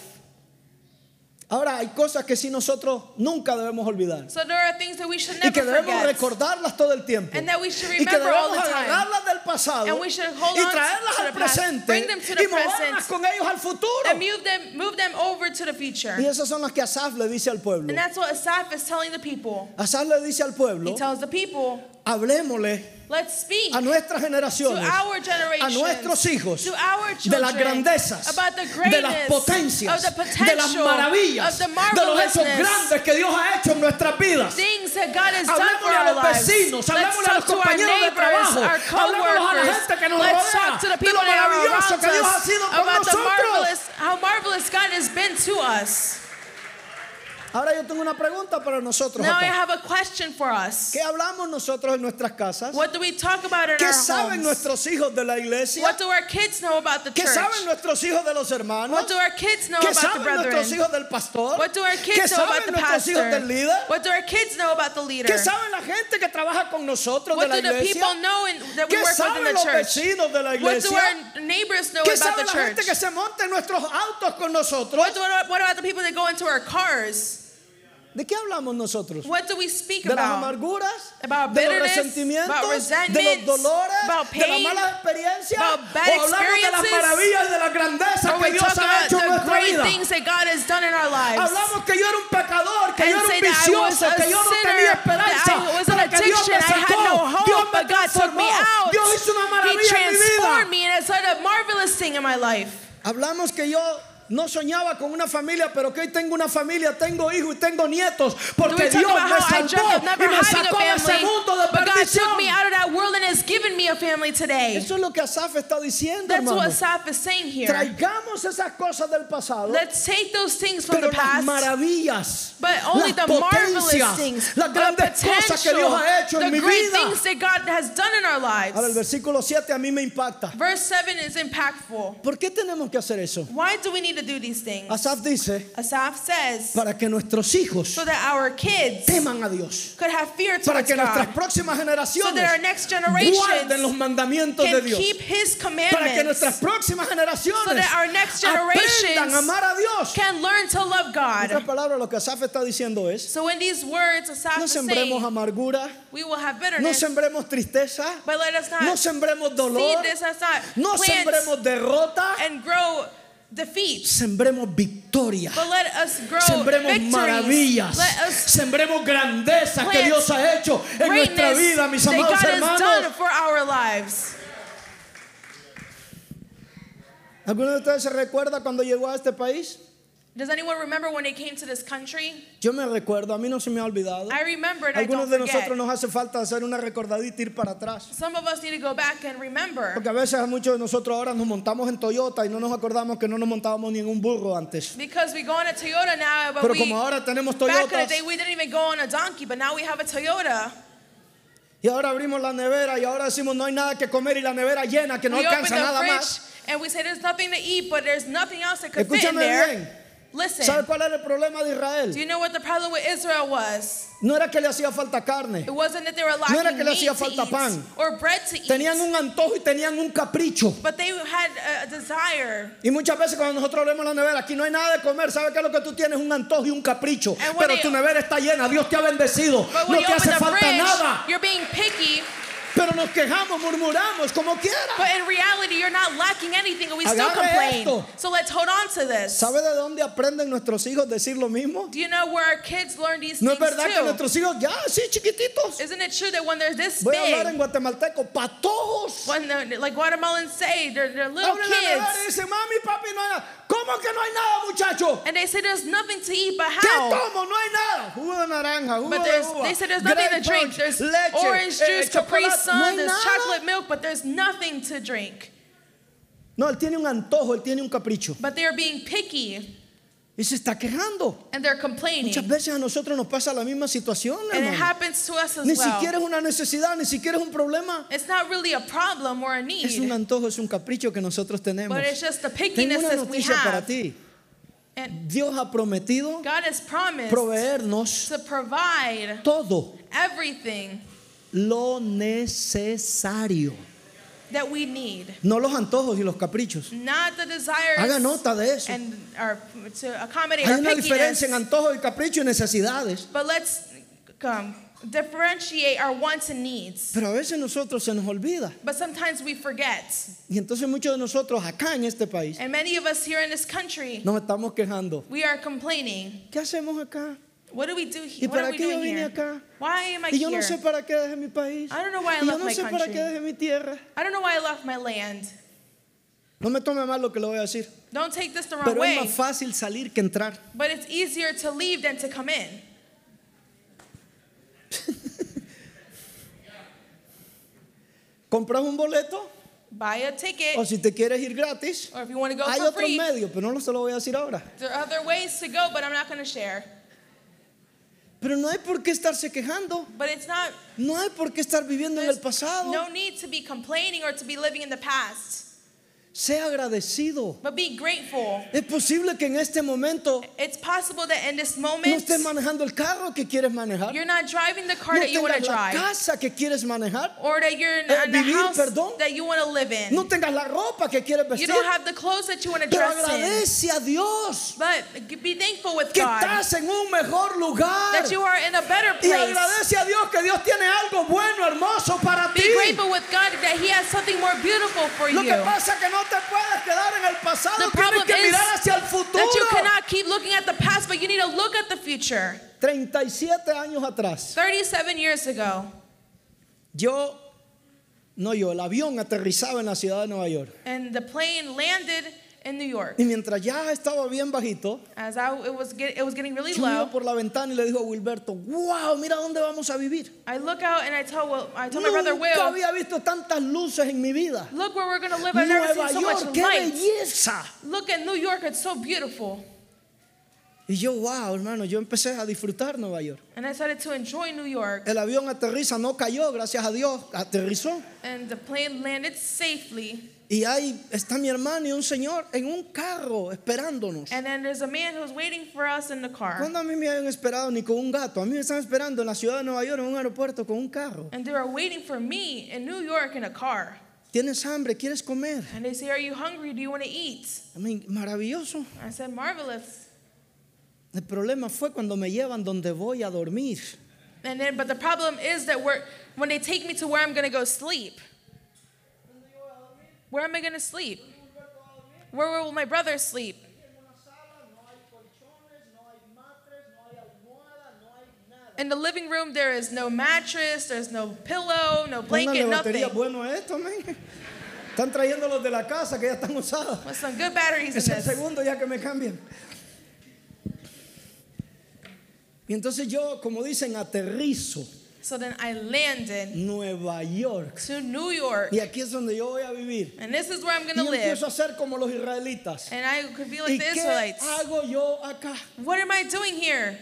Ahora hay cosas que sí nosotros nunca debemos olvidar So there are things that we should y que never debemos forget. recordarlas todo el tiempo And that we should y que remember all debemos the time. agarrarlas del pasado And we should hold on y to traerlas the al past, presente bring them to the y moverlas present. con ellos al futuro. And move them, move them over to the future. Y esas son las que Asaf le dice al pueblo. And that's what Asaph is telling the people. Asaf le dice al pueblo, He tells the people, hablemosle let's speak a nuestras to generaciones our a generation, nuestros hijos to our de children, las grandezas, about the de las greatness, potencias, of the de las potential, maravillas, of the de los hechos marvelousness, grandes que Dios ha hecho en nuestras vidas. things that God has done for Hablemosle a our los lives. vecinos, Let's hablemosle a los talk to our compañeros de neighbors, trabajo, our hablemosle a la coworkers. gente que nos Let's rodea, talk to the de people lo that are maravilloso around que Dios us, ha sido con about the nosotros. marvelous, how marvelous God has been to us. Ahora yo tengo una pregunta para nosotros. Now I acá. have a question for us. ¿Qué hablamos nosotros en nuestras casas? What do we talk about in ¿Qué our saben homes? nuestros hijos de la iglesia? What do our kids know about the ¿Qué church? saben nuestros hijos de los hermanos? What do our kids know ¿Qué about the saben nuestros brethren? hijos del pastor? What do our ¿Qué kids know saben about the nuestros hijos del pastor? líder? What do our kids know about the leader? ¿Qué saben la gente que trabaja con nosotros de What la do the iglesia? people know in, that we ¿Qué work with in saben los the church? vecinos de la What do iglesia? our neighbors know ¿Qué sabe about the la church? gente que se monta en nuestros autos con nosotros? What, do- what about the people that go into our cars? ¿De qué hablamos nosotros? What do we speak De las about? amarguras, About de los bitterness, about resentimientos, de los resentments, dolores, about de las pain, malas experiencias, about bad o hablamos de las experiences? maravillas y de las grandezas Or que we Dios talk ha about hecho en the nuestra great vida. things that God has done in our lives. Hablamos que yo era un pecador, que And yo era un say that I was vicioso, a que yo no tenía sinner, that I esperanza, was an pero que Dios me addiction, I had sacó, no hope, Dios me but God took me transformó, out. Dios hizo una He maravilla en mi vida. transformed me and it's done a marvelous thing in my life. Hablamos que yo No soñaba con una familia, pero que hoy tengo una familia, tengo hijos y tengo nietos, porque we talk Dios about me how I dreamt salvó of y never me having sacó de a ese family, mundo de but God took me perdición. out of that world and has given me a family today. Eso es lo que Asaf está diciendo, That's hermano. what Saf is saying here. Traigamos esas cosas del pasado, Let's take those things from pero the las past, maravillas, but only las the marvelous potencias, things, las the grandes cosas que potential, Dios ha hecho en mi the great vida. things that God has done in our Ahora el lives. versículo 7 a mí me impacta. Verse 7 is impactful. ¿Por qué tenemos que hacer eso? Why do we need to do these things? Asaf dice, Asaf says, para que nuestros hijos so that our kids teman a Dios, could have fear para towards que nuestras God, próximas so that our generaciones next guarden los generations mandamientos de can Dios, keep His para que nuestras commandments, próximas so generaciones that our next aprendan a generations amar a Dios. can learn to love En otras God. palabras, lo que Asaf está diciendo es, So in these words, Asaf no is sembremos saying, amargura, we will have no bitterness, sembremos tristeza, but let us no not sembremos seed dolor, this, let's not no plant sembremos derrota, and grow defeat. sembremos victoria. But let us grow Sembremos victories. maravillas, Let us sembremos grandezas que plant Dios ha hecho en nuestra greatness vida, mis that amados God has done hermanos. for our lives. ¿Alguno de ustedes se recuerda cuando llegó a este país? Does anyone remember when they came to this country? Yo me recuerdo, a mí no se me ha olvidado. I remember and I Algunos don't de forget. nosotros nos hace falta hacer una recordadita y ir para atrás. Some of us need to go back and remember Porque a veces a muchos de nosotros ahora nos montamos en Toyota y no nos acordamos que no nos montábamos ni en un burro antes. because we go on a Toyota now, but Pero we como ahora tenemos back in the Toyotas day we didn't even go on a donkey, but now we have a Toyota. y ahora abrimos la nevera y ahora decimos no hay nada que comer y la nevera llena que no we open alcanza the nada fridge más. and we say there's nothing to eat, but there's nothing else that could fit in Escúchame there. bien. ¿Sabe Listen, cuál era el problema de Israel? do you know what the problem with Israel was? No era que le hacía falta carne. It wasn't that they were era lacking que le meat hacía to falta eat pan. or bread to eat, Tenían un antojo y tenían un capricho. but they had a- a desire. Y muchas veces cuando nosotros abrimos la nevera, aquí no hay nada de comer. ¿Sabe qué es lo que tú tienes? Un antojo y un capricho. And when Pero they- tu nevera está llena. Dios te ha bendecido. No But when te you open hace the falta fridge, nada. you're being picky, Pero nos quejamos, murmuramos, como quiera. but in reality, you're not lacking anything, and we still Agarre complain. esto. So let's hold on to this. ¿Sabe de dónde aprenden nuestros hijos decir lo mismo? Do you know where our kids learn these No es things verdad que too? nuestros hijos, ya, sí, chiquititos. Isn't it true that when they're this Voy a hablar en big, guatemalteco, patojos. when they're, like Guatemalans say, they're, they're little Abren la nevera y kids, dicen, mami, papi, no hay nada. ¿Cómo que no hay nada, muchacho? and they say there's nothing to eat, but ¿Qué how? tomo? No hay nada. Jugo de naranja, jugo But de there's, uva. they said there's nothing grape to drink. punch, There's leche, orange eh, juice, Capri chocolate. No hay Sun, there's nada. chocolate milk, but there's nothing to drink. No, él tiene un antojo, él tiene un capricho. But they're being picky Y se está quejando. and they're complaining. Muchas veces a nosotros nos pasa la misma situación, And it hermano. happens to us as Ni well. siquiera es una necesidad, ni siquiera es un problema. It's not really a problem or a Es un need, antojo, es un capricho que nosotros tenemos. but it's just the Tengo pickiness una that we noticia para have. ti. And Dios ha prometido God has promised proveernos to provide todo everything lo necesario. that we need, No los antojos y los caprichos. not the desires Haga nota de eso. and our, to accommodate Hay our una diferencia en pickiness. antojos y caprichos y necesidades. But let's um, differentiate our wants and needs. Pero a veces nosotros se nos olvida. But sometimes we forget, Y entonces muchos de nosotros acá en este país and many of us here in this country, nos estamos quejando. we are complaining. ¿Qué hacemos acá? What do we do ¿Y here? What para are we qué yo doing vine here? acá? Why am I Y yo no here? sé para qué dejé mi país. I don't know why I Y yo left no my sé para qué country. dejé mi tierra. I don't know why I left my land. No me tome mal lo que le voy a decir. Don't take this the wrong Pero es way. más fácil salir que entrar. But it's easier to leave than to come in. Compras un boleto Buy a ticket, o si te quieres ir gratis. or if you want to Eh. go Hay for otros free. medios, pero no lo- se lo voy a decir ahora. There are other ways to go, but I'm not going to share. Pero no hay por qué estarse quejando. But it's not, No hay por qué estar viviendo en el there's pasado. no need to be complaining or to be living in the past, Sea agradecido. but be grateful. Es posible que en este momento It's possible that in this no moment, estés manejando el carro que quieres manejar. you're not driving the car no that you want to tengas la drive, casa que quieres manejar, or that you're in, Eh, in the vivir, house perdón. that you want to live in. no tengas la ropa que quieres you vestir, don't have the clothes that you want to pero dress in. agradece a Dios But be thankful with que God estás en un mejor lugar that you are in a better y place. agradece a Dios que Dios tiene algo bueno, hermoso para ti. Be grateful with God that He has something more beautiful for Lo you. que pasa es que no te puedes quedar en el pasado, The tienes problem que is mirar hacia el That you futuro. cannot keep looking at the past, but you need to look at the future. 37 años atrás, 37 years ago, yo, no yo, el avión aterrizaba en la ciudad de Nueva York. and the plane landed in New York. Y mientras ya estaba bien bajito, As I it was get, it was getting really yo miro low, por la ventana y le digo a Wilberto, wow, mira dónde vamos a vivir. I look out and I tell Will, I tell my brother Nunca Will, había visto tantas luces en mi vida. look where we're gonna live. I've never Nueva seen so York, much qué light. belleza. Look at New York, it's so beautiful. Y yo, wow, hermano, yo empecé a disfrutar Nueva York. And I started to enjoy New York. El avión aterriza, no cayó, gracias a Dios, aterrizó. And the plane landed safely. Y ahí está mi hermano y un señor en un carro esperándonos. And then there's a man who's waiting for us in the car. ¿Cuándo a mí me habían esperado ni con un gato? A mí me están esperando en la ciudad de Nueva York, en un aeropuerto, con un carro. And they were waiting for me in New York in a car. ¿Tienes hambre? ¿Quieres comer? And they say, Are you hungry? Do you want to eat? I mean, maravilloso. I said, Marvelous. El problema fue cuando me llevan donde voy a dormir. And then, but the problem is that we're, when they take me to where I'm going to go sleep, where am I going to sleep? Where will my brother sleep? In the living room, there is no mattress, there's no pillow, no Una blanket, levantería, nothing. bueno esto, men. Están trayendo los de la casa que ya están usados. With some good batteries Es in el this. segundo ya que me cambian. Y entonces yo, como dicen, aterrizo So then I landed Nueva York. to New York, Y aquí es donde yo voy a vivir. and this is where I'm Y going to live. empiezo a Eh, ser como los israelitas. And I could be ¿Y like the qué Israelites. hago yo acá? What am I doing here?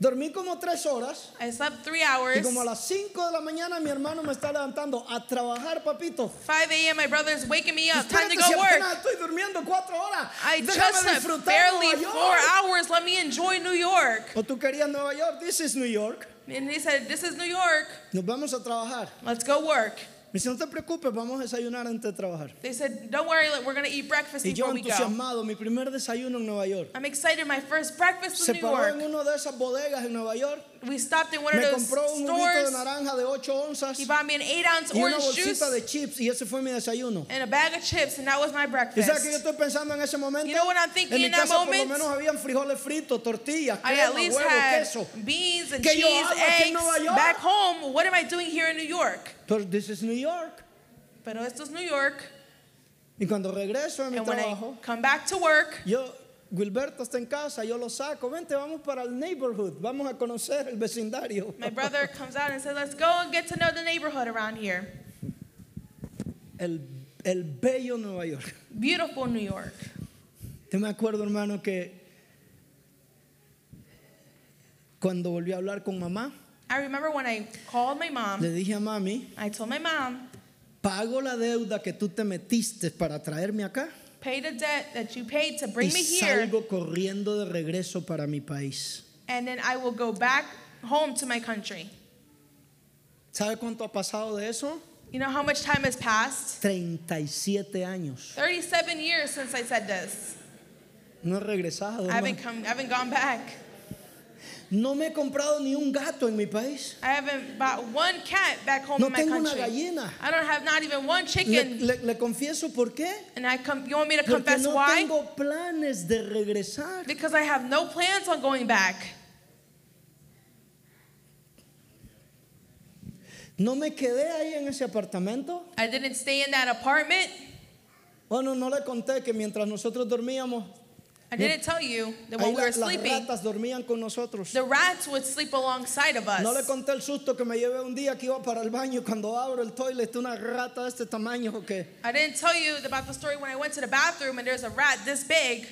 Dormí como tres horas I slept three y hours. como a las cinco de la mañana mi hermano me está levantando a trabajar, papito. 5 a.m. My brother's waking me up. Ah, Time to Espérate, go si work. apenas estoy durmiendo cuatro horas. I Déjame just slept disfrutar barely Nueva four York. hours. Let me enjoy New York. O tú querías Nueva York, this is New York. And they said, This is New York. Nos vamos a trabajar. Let's go work. Me dice, no te preocupes, vamos a desayunar antes de trabajar. They said, Don't worry, like, we're going to eat breakfast Y yo before we go. entusiasmado, mi primer desayuno en Nueva York. I'm excited. My first breakfast Se in New paró en York. una de esas bodegas en Nueva York. We stopped in one of Me those compró un juguito de stores. naranja de 8 onzas He y bought me an 8 ounce una orange juice bolsita de chips y ese fue mi desayuno. and a bag of chips, and that was my ¿Y sabes que yo breakfast. estoy pensando en ese momento? You know what I'm thinking en mi in that casa por lo moment? menos habían frijoles fritos, tortillas, I crema, at least huevo, had queso. beans and Que yo cheese, hago aquí en eggs. Nueva York. Back home, what am I doing here in New York? Pero this is New York. Pero esto es New York. Y cuando regreso a mi And when I trabajo, come back to work, yo, Gilberto está en casa, yo lo saco, vente, vamos para el neighborhood, vamos a conocer el vecindario. my brother comes out and says, Let's go and get to know the neighborhood around here. (laughs) El, el bello Nueva York. Beautiful New York. Yo me acuerdo, hermano, que cuando volví a hablar con mamá, I remember when I called my mom, le dije a mami, I told my mom, pago la deuda que tú te metiste para traerme acá Pay the debt that you paid to bring y me here, salgo corriendo de regreso para mi país. and then I will go back home to my country. ¿Sabe cuánto ha pasado de eso? You know how much time has passed? 37 años. 37 years since I said this. No he regresado. hermano. I haven't come I haven't gone back. No me he comprado ni un gato en mi país. I haven't bought one cat back home No in my tengo una country. gallina. I don't have not even one Le, chicken. le- le confieso por qué. and I come you want me to Porque confess no why? tengo planes de regresar. Because I have no plans on going back. No me quedé ahí en ese apartamento. I didn't stay in that apartment. Bueno, no le conté que mientras nosotros dormíamos, I didn't tell you that ahí when we la- were las sleeping, ratas dormían con nosotros. the rats would sleep alongside of No le us. conté el susto que me llevé un día que iba para el baño y cuando abro el toilet una rata de este tamaño o qué. I didn't tell you about the story when I went to the bathroom and there's a rat this big.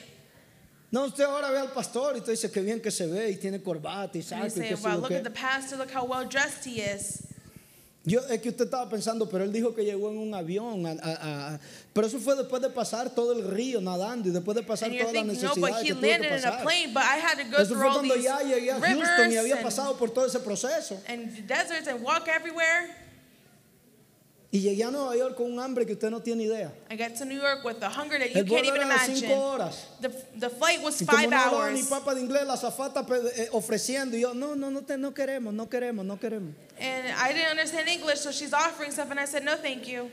No, usted ahora ve al pastor y te dice que bien que se ve y tiene corbata y And saco y you qué say, sé wow, yo look qué. at the pastor, look how well dressed he is. Yo es que usted estaba pensando, pero él dijo que llegó en un avión. a- a- a- pero eso fue después de pasar todo el río nadando y después de pasar And you're todas las thinking, no, but necesidades he que tuvo que landed in a pasar. plane, but I had to go Eso through fue all cuando these ya llegué a Houston y había rivers pasado por todo ese proceso. and, and deserts and walk everywhere. Y llegué a Nueva York con un hambre que usted no tiene idea. I got to New York with a hunger that you El can't vuelo even era de cinco imagine. horas. The, the flight was Y como five no hablaba ni hours. papa de inglés, la zafata ofreciendo. Y yo, no, no, no, te, no queremos, no queremos, no queremos. And I didn't understand English, so she's offering stuff, and I said, no, thank you.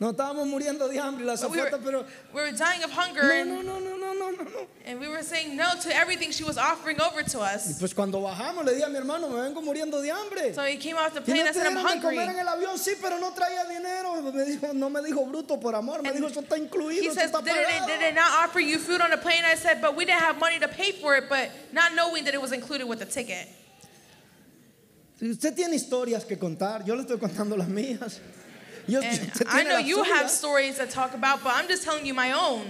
No, estábamos muriendo de hambre y la But we, were, zafata, pero... we were dying of hunger, No, and no, no, no, no, no, no, no. And we were saying no to everything she was offering over to Y us. pues cuando bajamos le dije a mi hermano, me vengo muriendo de hambre. So he came off the ¿Y no plane te and I said, dieron I'm de hungry. comer en el avión? Sí, pero no traía dinero. Me dijo, no me dijo bruto por amor, me And dijo, eso está incluido, He eso says, está did it, pagado. did it not offer you food on the plane? I said, but we didn't have money to pay for it, but not knowing that it was included with the ticket. Si usted tiene historias que contar, yo le estoy contando las mías. (laughs) Yo, And usted I tiene know las you have suyas. stories to talk about, but I'm just telling you my own.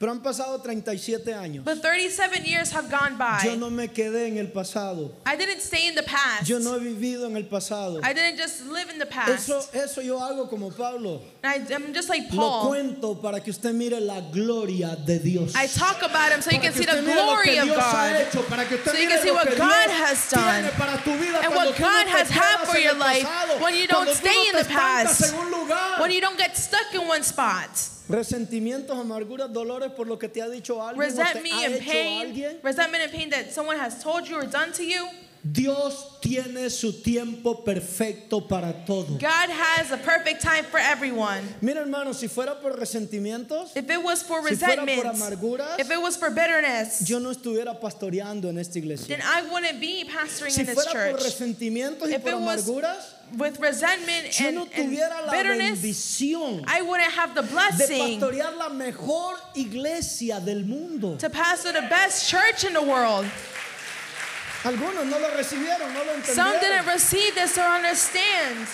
Pero han pasado 37 años. But 37 years have gone Yo by. no me quedé en el pasado. I didn't stay in the past. Yo no he vivido en el pasado. I didn't just live in the past. Eso, eso yo hago como Pablo. And I, I'm just like Lo Paul. cuento para que usted mire la gloria de Dios. I talk about him so you Para can que see the usted mire lo que glory of Dios ha God. hecho, para que usted So you mire can see lo what que God Dios has done. tiene para tu vida And cuando what tú no God te has quedas had for en your el life, pasado, when you cuando don't tú stay no in te the estancas past, en un lugar. When you don't get stuck in one spot. Resentimientos, amarguras, dolores por lo que te ha dicho alguien, o te Resentment ha and hecho pain. alguien. Resentment and pain that someone has told you or done to you. Dios tiene su tiempo perfecto para todo. God has a perfect time for everyone. Mira, hermano, si fuera por resentimientos, If it was for Si fuera por resentment, amarguras, if it was for bitterness, yo no estuviera pastoreando en esta iglesia. then I wouldn't be pastoring Si in this fuera por church. resentimientos y If por it was amarguras, with resentment yo and, no and tuviera la bitterness, bendición I wouldn't have the de blessing pastorear la mejor iglesia del mundo. to pastor the best church in the world. Algunos no lo recibieron, no lo Some didn't entendieron. receive this or understand.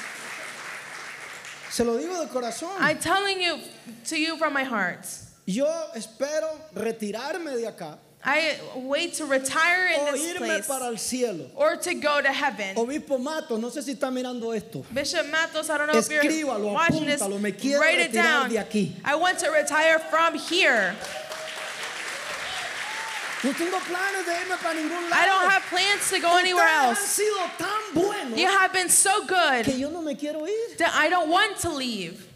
Se lo digo de corazón. I'm telling you to you from my heart. Yo espero retirarme de acá I wait to retire in o this irme place para el cielo. or to go to heaven. Obispo Matos, no sé si está mirando esto. Bishop Matos, I don't know if you're Escríbalo, watching this. apúntalo, me quiero Write it retirar down. de aquí. I want to retire from here. No tengo planes de irme para ningún lado. I don't have plans to go anywhere Ustedes Han else. sido tan buenos You have been so good que yo no me quiero ir. that I don't want to leave.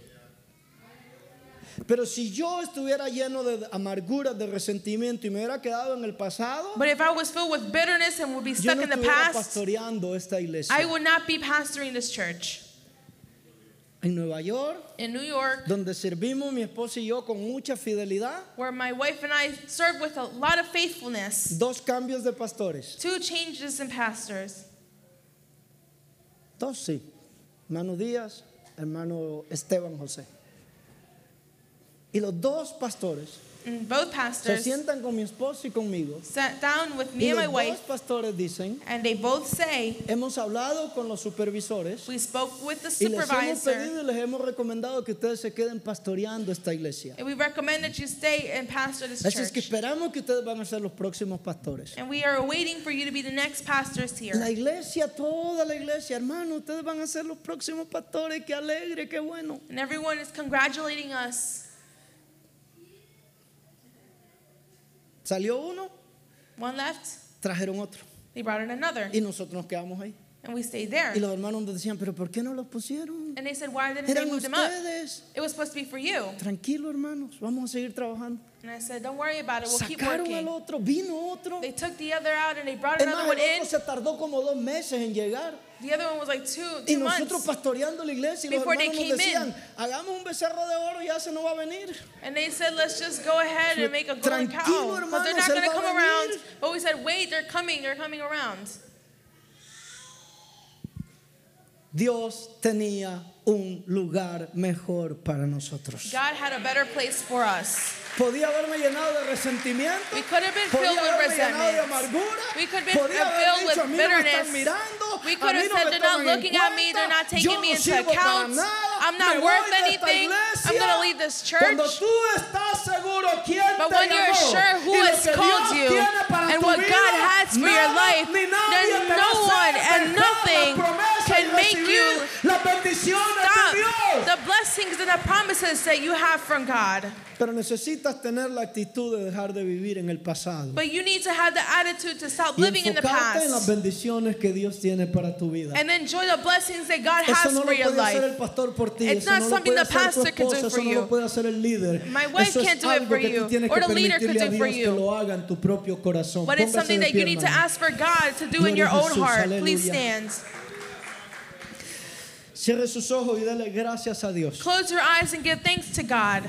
Pero si yo estuviera lleno de amargura, de resentimiento y me hubiera quedado en el pasado, But if I was filled with bitterness and would be yo stuck no in the estuviera past, pastoreando esta iglesia. I would not be pastoring this church. en Nueva York, In New York, donde servimos mi esposa y yo con mucha fidelidad, where my wife and I served with a lot of faithfulness, dos cambios de pastores. two changes in pastors. Dos sí. Hermano Díaz, hermano Esteban José. Y los dos pastores And both se pastors sientan con mi esposa y conmigo. sat down with me Y and my los dos wife, pastores dicen, and they both say, hemos hablado con los supervisores We spoke with the Y les hemos supervisor, pedido y les hemos recomendado que ustedes se queden pastoreando esta iglesia. and we recommend that you stay and pastor this Así es que church. esperamos que ustedes van a ser los próximos pastores. And we are waiting for you to be the next pastors La here. iglesia, toda la iglesia, hermano, ustedes van a ser los próximos pastores. Qué alegre, qué bueno. And everyone is congratulating us. Salió uno, One left, trajeron otro. they brought in another, Y nosotros nos quedamos ahí. and we stayed there. Y los hermanos nos decían, pero ¿por qué no los pusieron? And they said, Why didn't they Eran move them up? ustedes. It was supposed to be for you. Tranquilo, hermanos, vamos a seguir trabajando. And I said, Don't worry about it, we'll keep Sacaron al working. otro, vino otro. They took the other out and they brought Es another más, one el in. otro se tardó como dos meses en llegar. The other one was like two, Y two nosotros months. pastoreando la iglesia y los Before they hermanos nos decían, came in. hagamos un becerro de oro ya se no va a venir. And they said, let's just go ahead and make a golden cow. Tranquilo, Because they're hermanos, not él va going to a come venir. around. But we said, wait, they're coming, they're coming around. Dios tenía un lugar mejor para nosotros. God had a better place for us. Podía haberme llenado de resentimiento. We could have been Podía filled with haberme llenado de resentment. amargura. We could have been Podía haber filled dicho, a with mí no me están bitterness. mirando. We a mí could have no said, me they're not toman en looking at me, they're not cuenta, taking yo me no into sirvo para account. nada, I'm not me worth voy de esta anything. I'm iglesia. gonna leave this church. Cuando tú estás seguro quién But te when you're llamó sure who y lo has que Dios called you tiene para and tu what vida, God has for your nada life, ni nadie then te va a no hacer one and dejar nothing la promesa can y make recibir you las bendiciones de Dios. Stop the blessings and the promises that you have from God. Pero necesitas tener la actitud de dejar de vivir en el pasado. But you need to have the attitude to stop Y living in the enfocarte en las past bendiciones que Dios tiene para tu vida. and enjoy the blessings that God Eso has no lo for your puede hacer el life. pastor por ti. It's eso not no lo something puede the hacer tu pastor can do esposa, for eso no lo you. puede hacer el líder. My wife eso es can't do it algo for que tú you, tienes or que the leader permitirle can a do it for Dios que you. lo haga en tu propio corazón. But it's Póngase something de that pie, you need to hermano. ask for God to do in Gloria your a own Jesús, heart. Please aleluya. stand. Cierre sus ojos y dale gracias a Dios. Close your eyes and give thanks to God.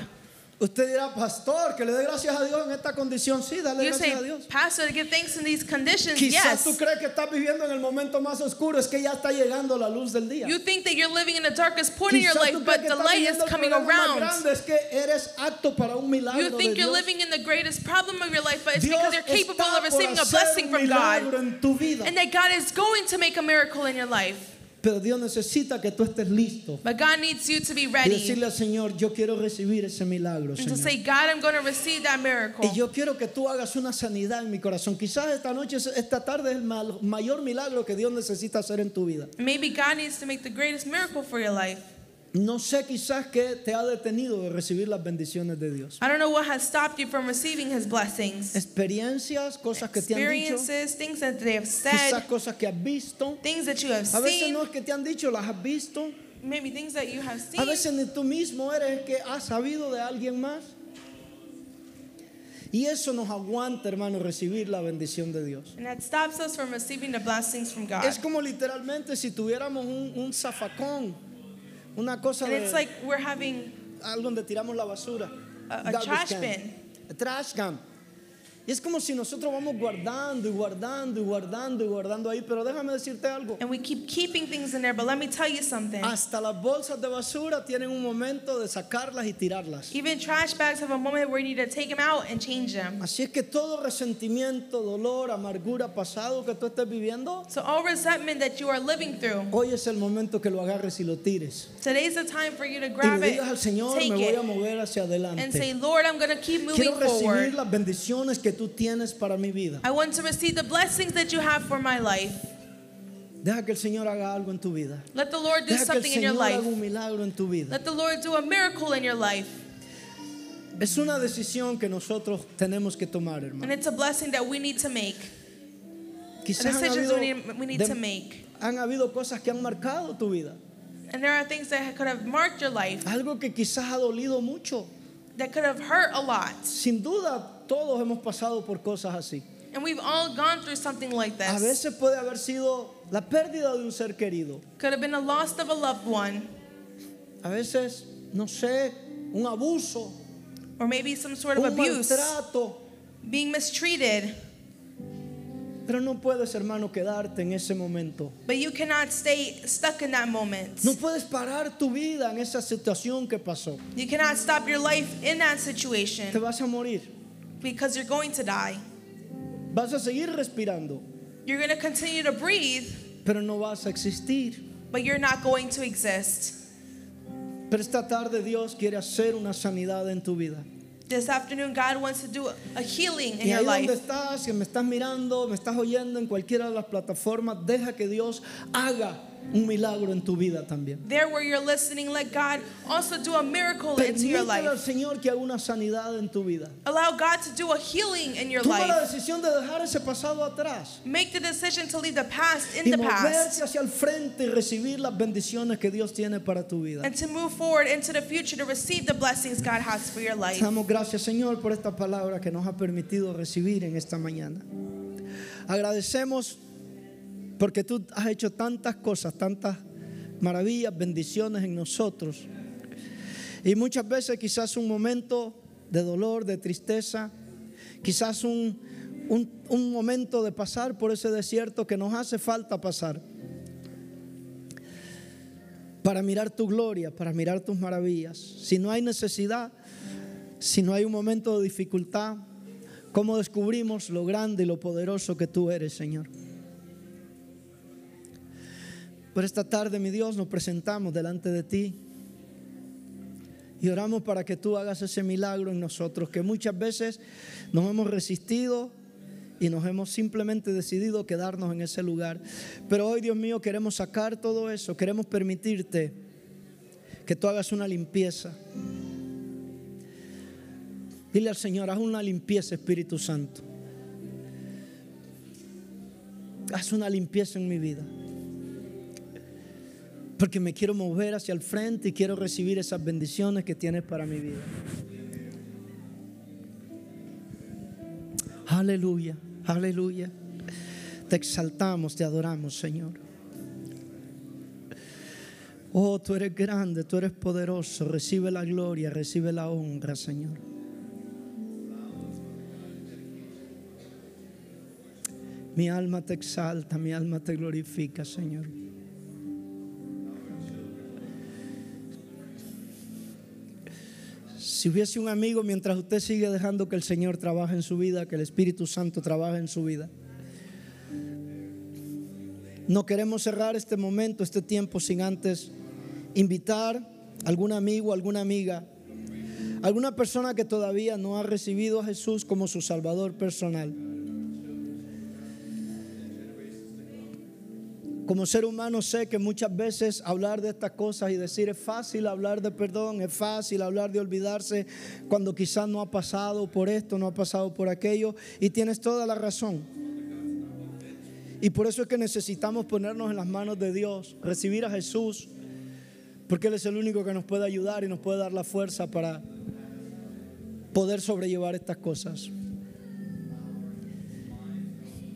Usted dirá, pastor, que le dé gracias a Dios en esta condición. Sí, dale You gracias a say, Dios. Pastor, to give thanks in these conditions. Quizás tú Yes. crees que estás viviendo en el momento más oscuro, es que ya está llegando la luz del día. You think that you're living in the darkest point of your Quizás life, tú crees but que the estás light is viviendo el coming problema más around. grande, es que eres apto para un milagro You de think you're Dios. living in the greatest problem of your life, but it's Dios because you're está capable of por receiving a hacer blessing un from milagro God. en tu vida. And that God is going to make a miracle in your life. Pero Dios necesita que tú estés listo But God needs you to be y ready decirle al Señor, yo quiero recibir ese milagro, and to Señor. say, God, I'm going to receive that miracle. Y yo quiero que tú hagas una sanidad en mi corazón. Quizás esta noche, esta tarde es el mal- mayor milagro que Dios necesita hacer en tu vida. Maybe God needs to make the greatest miracle for your life. No sé quizás qué te ha detenido de recibir las bendiciones de Dios. I don't know what has stopped you from receiving his blessings. Experiencias, cosas que te han dicho, Experiences, things that they have quizás said, cosas que has visto. things that you have A veces seen, no es que te han dicho, las has visto. maybe things that you have seen. A veces ni tú mismo eres el que has sabido de alguien más. Y eso nos aguanta, hermano, recibir la bendición de Dios. And that stops us from receiving the blessings from God. Es como literalmente si tuviéramos un, un zafacón, una cosa And de it's like we're having algo donde tiramos la basura. A- a Garbage trash can. bin. A trash can. Y es como si nosotros vamos guardando y guardando y guardando y guardando ahí, pero déjame decirte algo. and we keep keeping things in there. But let me tell you something. Hasta las bolsas de basura tienen un momento de sacarlas y tirarlas. Even trash bags have a moment where you need to take them out and change them. Así es que todo resentimiento, dolor, amargura pasado que tú estés viviendo, So all resentment that you are living through, hoy es el momento que lo agarres y lo tires. today's the time for you to Y grab le it, digas al Señor, take me voy a it, mover hacia and adelante. say, Lord, I'm going to keep moving Quiero recibir forward. las bendiciones que tú tienes para mi vida. I want to receive the blessings that you have for my life. Deja que el Señor haga algo en tu vida. Let the Lord do Deja que el something in your Señor haga life. un milagro en tu vida. Let the Lord do a miracle in your life. Es una decisión que nosotros tenemos que tomar, And hermano. it's a blessing that we need to make. Quizás han Decisions habido, we need, we need de- to make. han habido cosas que han marcado tu vida. And there are things that could have marked your life, Algo que quizás ha dolido mucho. that could have hurt a lot. Sin duda, todos hemos pasado por cosas así. And we've all gone through something like A this. veces puede haber sido la pérdida de un ser querido. Could have been the loss of a loved one, A veces, no sé, un abuso, or maybe some sort of un abuse, maltrato. being mistreated. Pero no puedes, hermano, quedarte en ese momento. But you cannot stay stuck in that moment. No puedes parar tu vida en esa situación que pasó. You cannot stop your life in that situation Te vas a morir. because you're going to die. Vas a seguir respirando, You're going to continue to breathe, pero no vas a existir. but you're not going to exist. Pero esta tarde Dios quiere hacer una sanidad en tu vida. This afternoon, God wants to do a healing in Y your ahí donde life. estás, que me estás mirando, me estás oyendo en cualquiera de las plataformas, deja que Dios haga un milagro en tu vida también. There where you're listening, let God also do a miracle into your Permítele al life. Señor que haga una sanidad en tu vida. Allow God to do a healing in your Toma la life. decisión de dejar ese pasado atrás Make the decision to leave the past in y the past moverse hacia el frente y recibir las bendiciones que Dios tiene para tu vida. and to move forward into the future to receive the blessings God has for your Te life. Damos gracias, Señor, por esta palabra que nos ha permitido recibir en esta mañana. Agradecemos porque tú has hecho tantas cosas, tantas maravillas, bendiciones en nosotros. Y muchas veces quizás un momento de dolor, de tristeza, quizás un, un- un momento de pasar por ese desierto que nos hace falta pasar. Para mirar tu gloria, para mirar tus maravillas. Si no hay necesidad, si no hay un momento de dificultad, ¿cómo descubrimos lo grande y lo poderoso que tú eres, Señor? Por esta tarde, mi Dios, nos presentamos delante de ti y oramos para que tú hagas ese milagro en nosotros, que muchas veces nos hemos resistido y nos hemos simplemente decidido quedarnos en ese lugar. Pero hoy, Dios mío, queremos sacar todo eso, queremos permitirte que tú hagas una limpieza. Dile al Señor, haz una limpieza, Espíritu Santo. Haz una limpieza en mi vida. Porque me quiero mover hacia el frente y quiero recibir esas bendiciones que tienes para mi vida. Aleluya, aleluya. Te exaltamos, te adoramos, Señor. Oh, tú eres grande, tú eres poderoso. Recibe la gloria, recibe la honra, Señor. Mi alma te exalta, mi alma te glorifica, Señor. Si hubiese un amigo, mientras usted sigue dejando que el Señor trabaje en su vida, que el Espíritu Santo trabaje en su vida, no queremos cerrar este momento, este tiempo, sin antes invitar a algún amigo, alguna amiga, alguna persona que todavía no ha recibido a Jesús como su Salvador personal. Como ser humano sé que muchas veces hablar de estas cosas y decir es fácil hablar de perdón, es fácil hablar de olvidarse cuando quizás no ha pasado por esto, no ha pasado por aquello y tienes toda la razón. Y por eso es que necesitamos ponernos en las manos de Dios, recibir a Jesús, porque Él es el único que nos puede ayudar y nos puede dar la fuerza para poder sobrellevar estas cosas.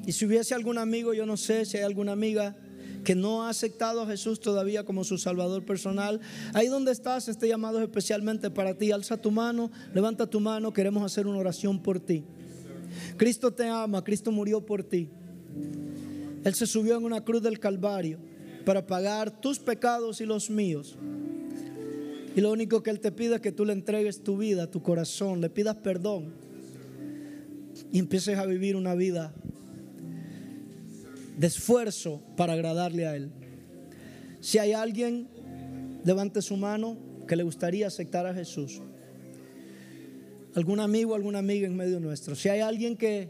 Y si hubiese algún amigo, yo no sé si hay alguna amiga que no ha aceptado a Jesús todavía como su Salvador personal, ahí donde estás, este llamado es especialmente para ti. Alza tu mano, levanta tu mano, queremos hacer una oración por ti. Cristo te ama, Cristo murió por ti. Él se subió en una cruz del Calvario para pagar tus pecados y los míos. Y lo único que Él te pide es que tú le entregues tu vida, tu corazón, le pidas perdón y empieces a vivir una vida de esfuerzo para agradarle a Él. Si hay alguien, levante su mano que le gustaría aceptar a Jesús. Algún amigo, alguna amiga en medio nuestro. Si hay alguien que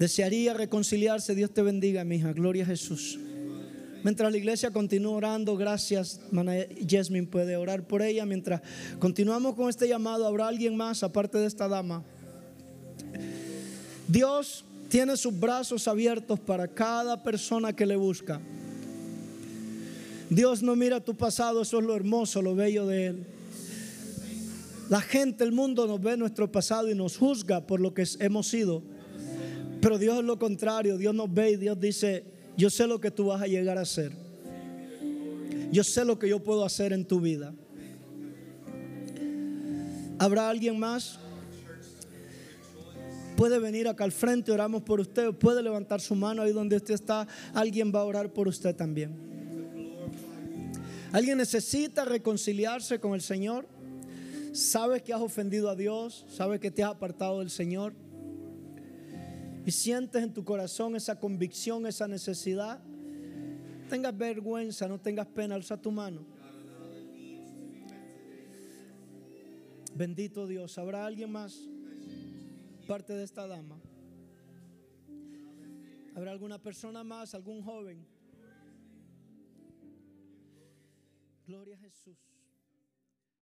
desearía reconciliarse, Dios te bendiga, mi hija. Gloria a Jesús. Mientras la iglesia continúa orando, gracias, hermana Jasmine puede orar por ella. Mientras continuamos con este llamado, ¿habrá alguien más aparte de esta dama? Dios tiene sus brazos abiertos para cada persona que le busca. Dios no mira tu pasado, eso es lo hermoso, lo bello de Él. La gente, el mundo nos ve nuestro pasado y nos juzga por lo que hemos sido. Pero Dios es lo contrario, Dios nos ve y Dios dice, yo sé lo que tú vas a llegar a ser. Yo sé lo que yo puedo hacer en tu vida. ¿Habrá alguien más? puede venir acá al frente, oramos por usted, puede levantar su mano ahí donde usted está, alguien va a orar por usted también. Alguien necesita reconciliarse con el Señor, sabes que has ofendido a Dios, sabes que te has apartado del Señor y sientes en tu corazón esa convicción, esa necesidad, no tengas vergüenza, no tengas pena, alza tu mano. Bendito Dios, ¿habrá alguien más? parte de esta dama. ¿Habrá alguna persona más, algún joven? Gloria a Jesús.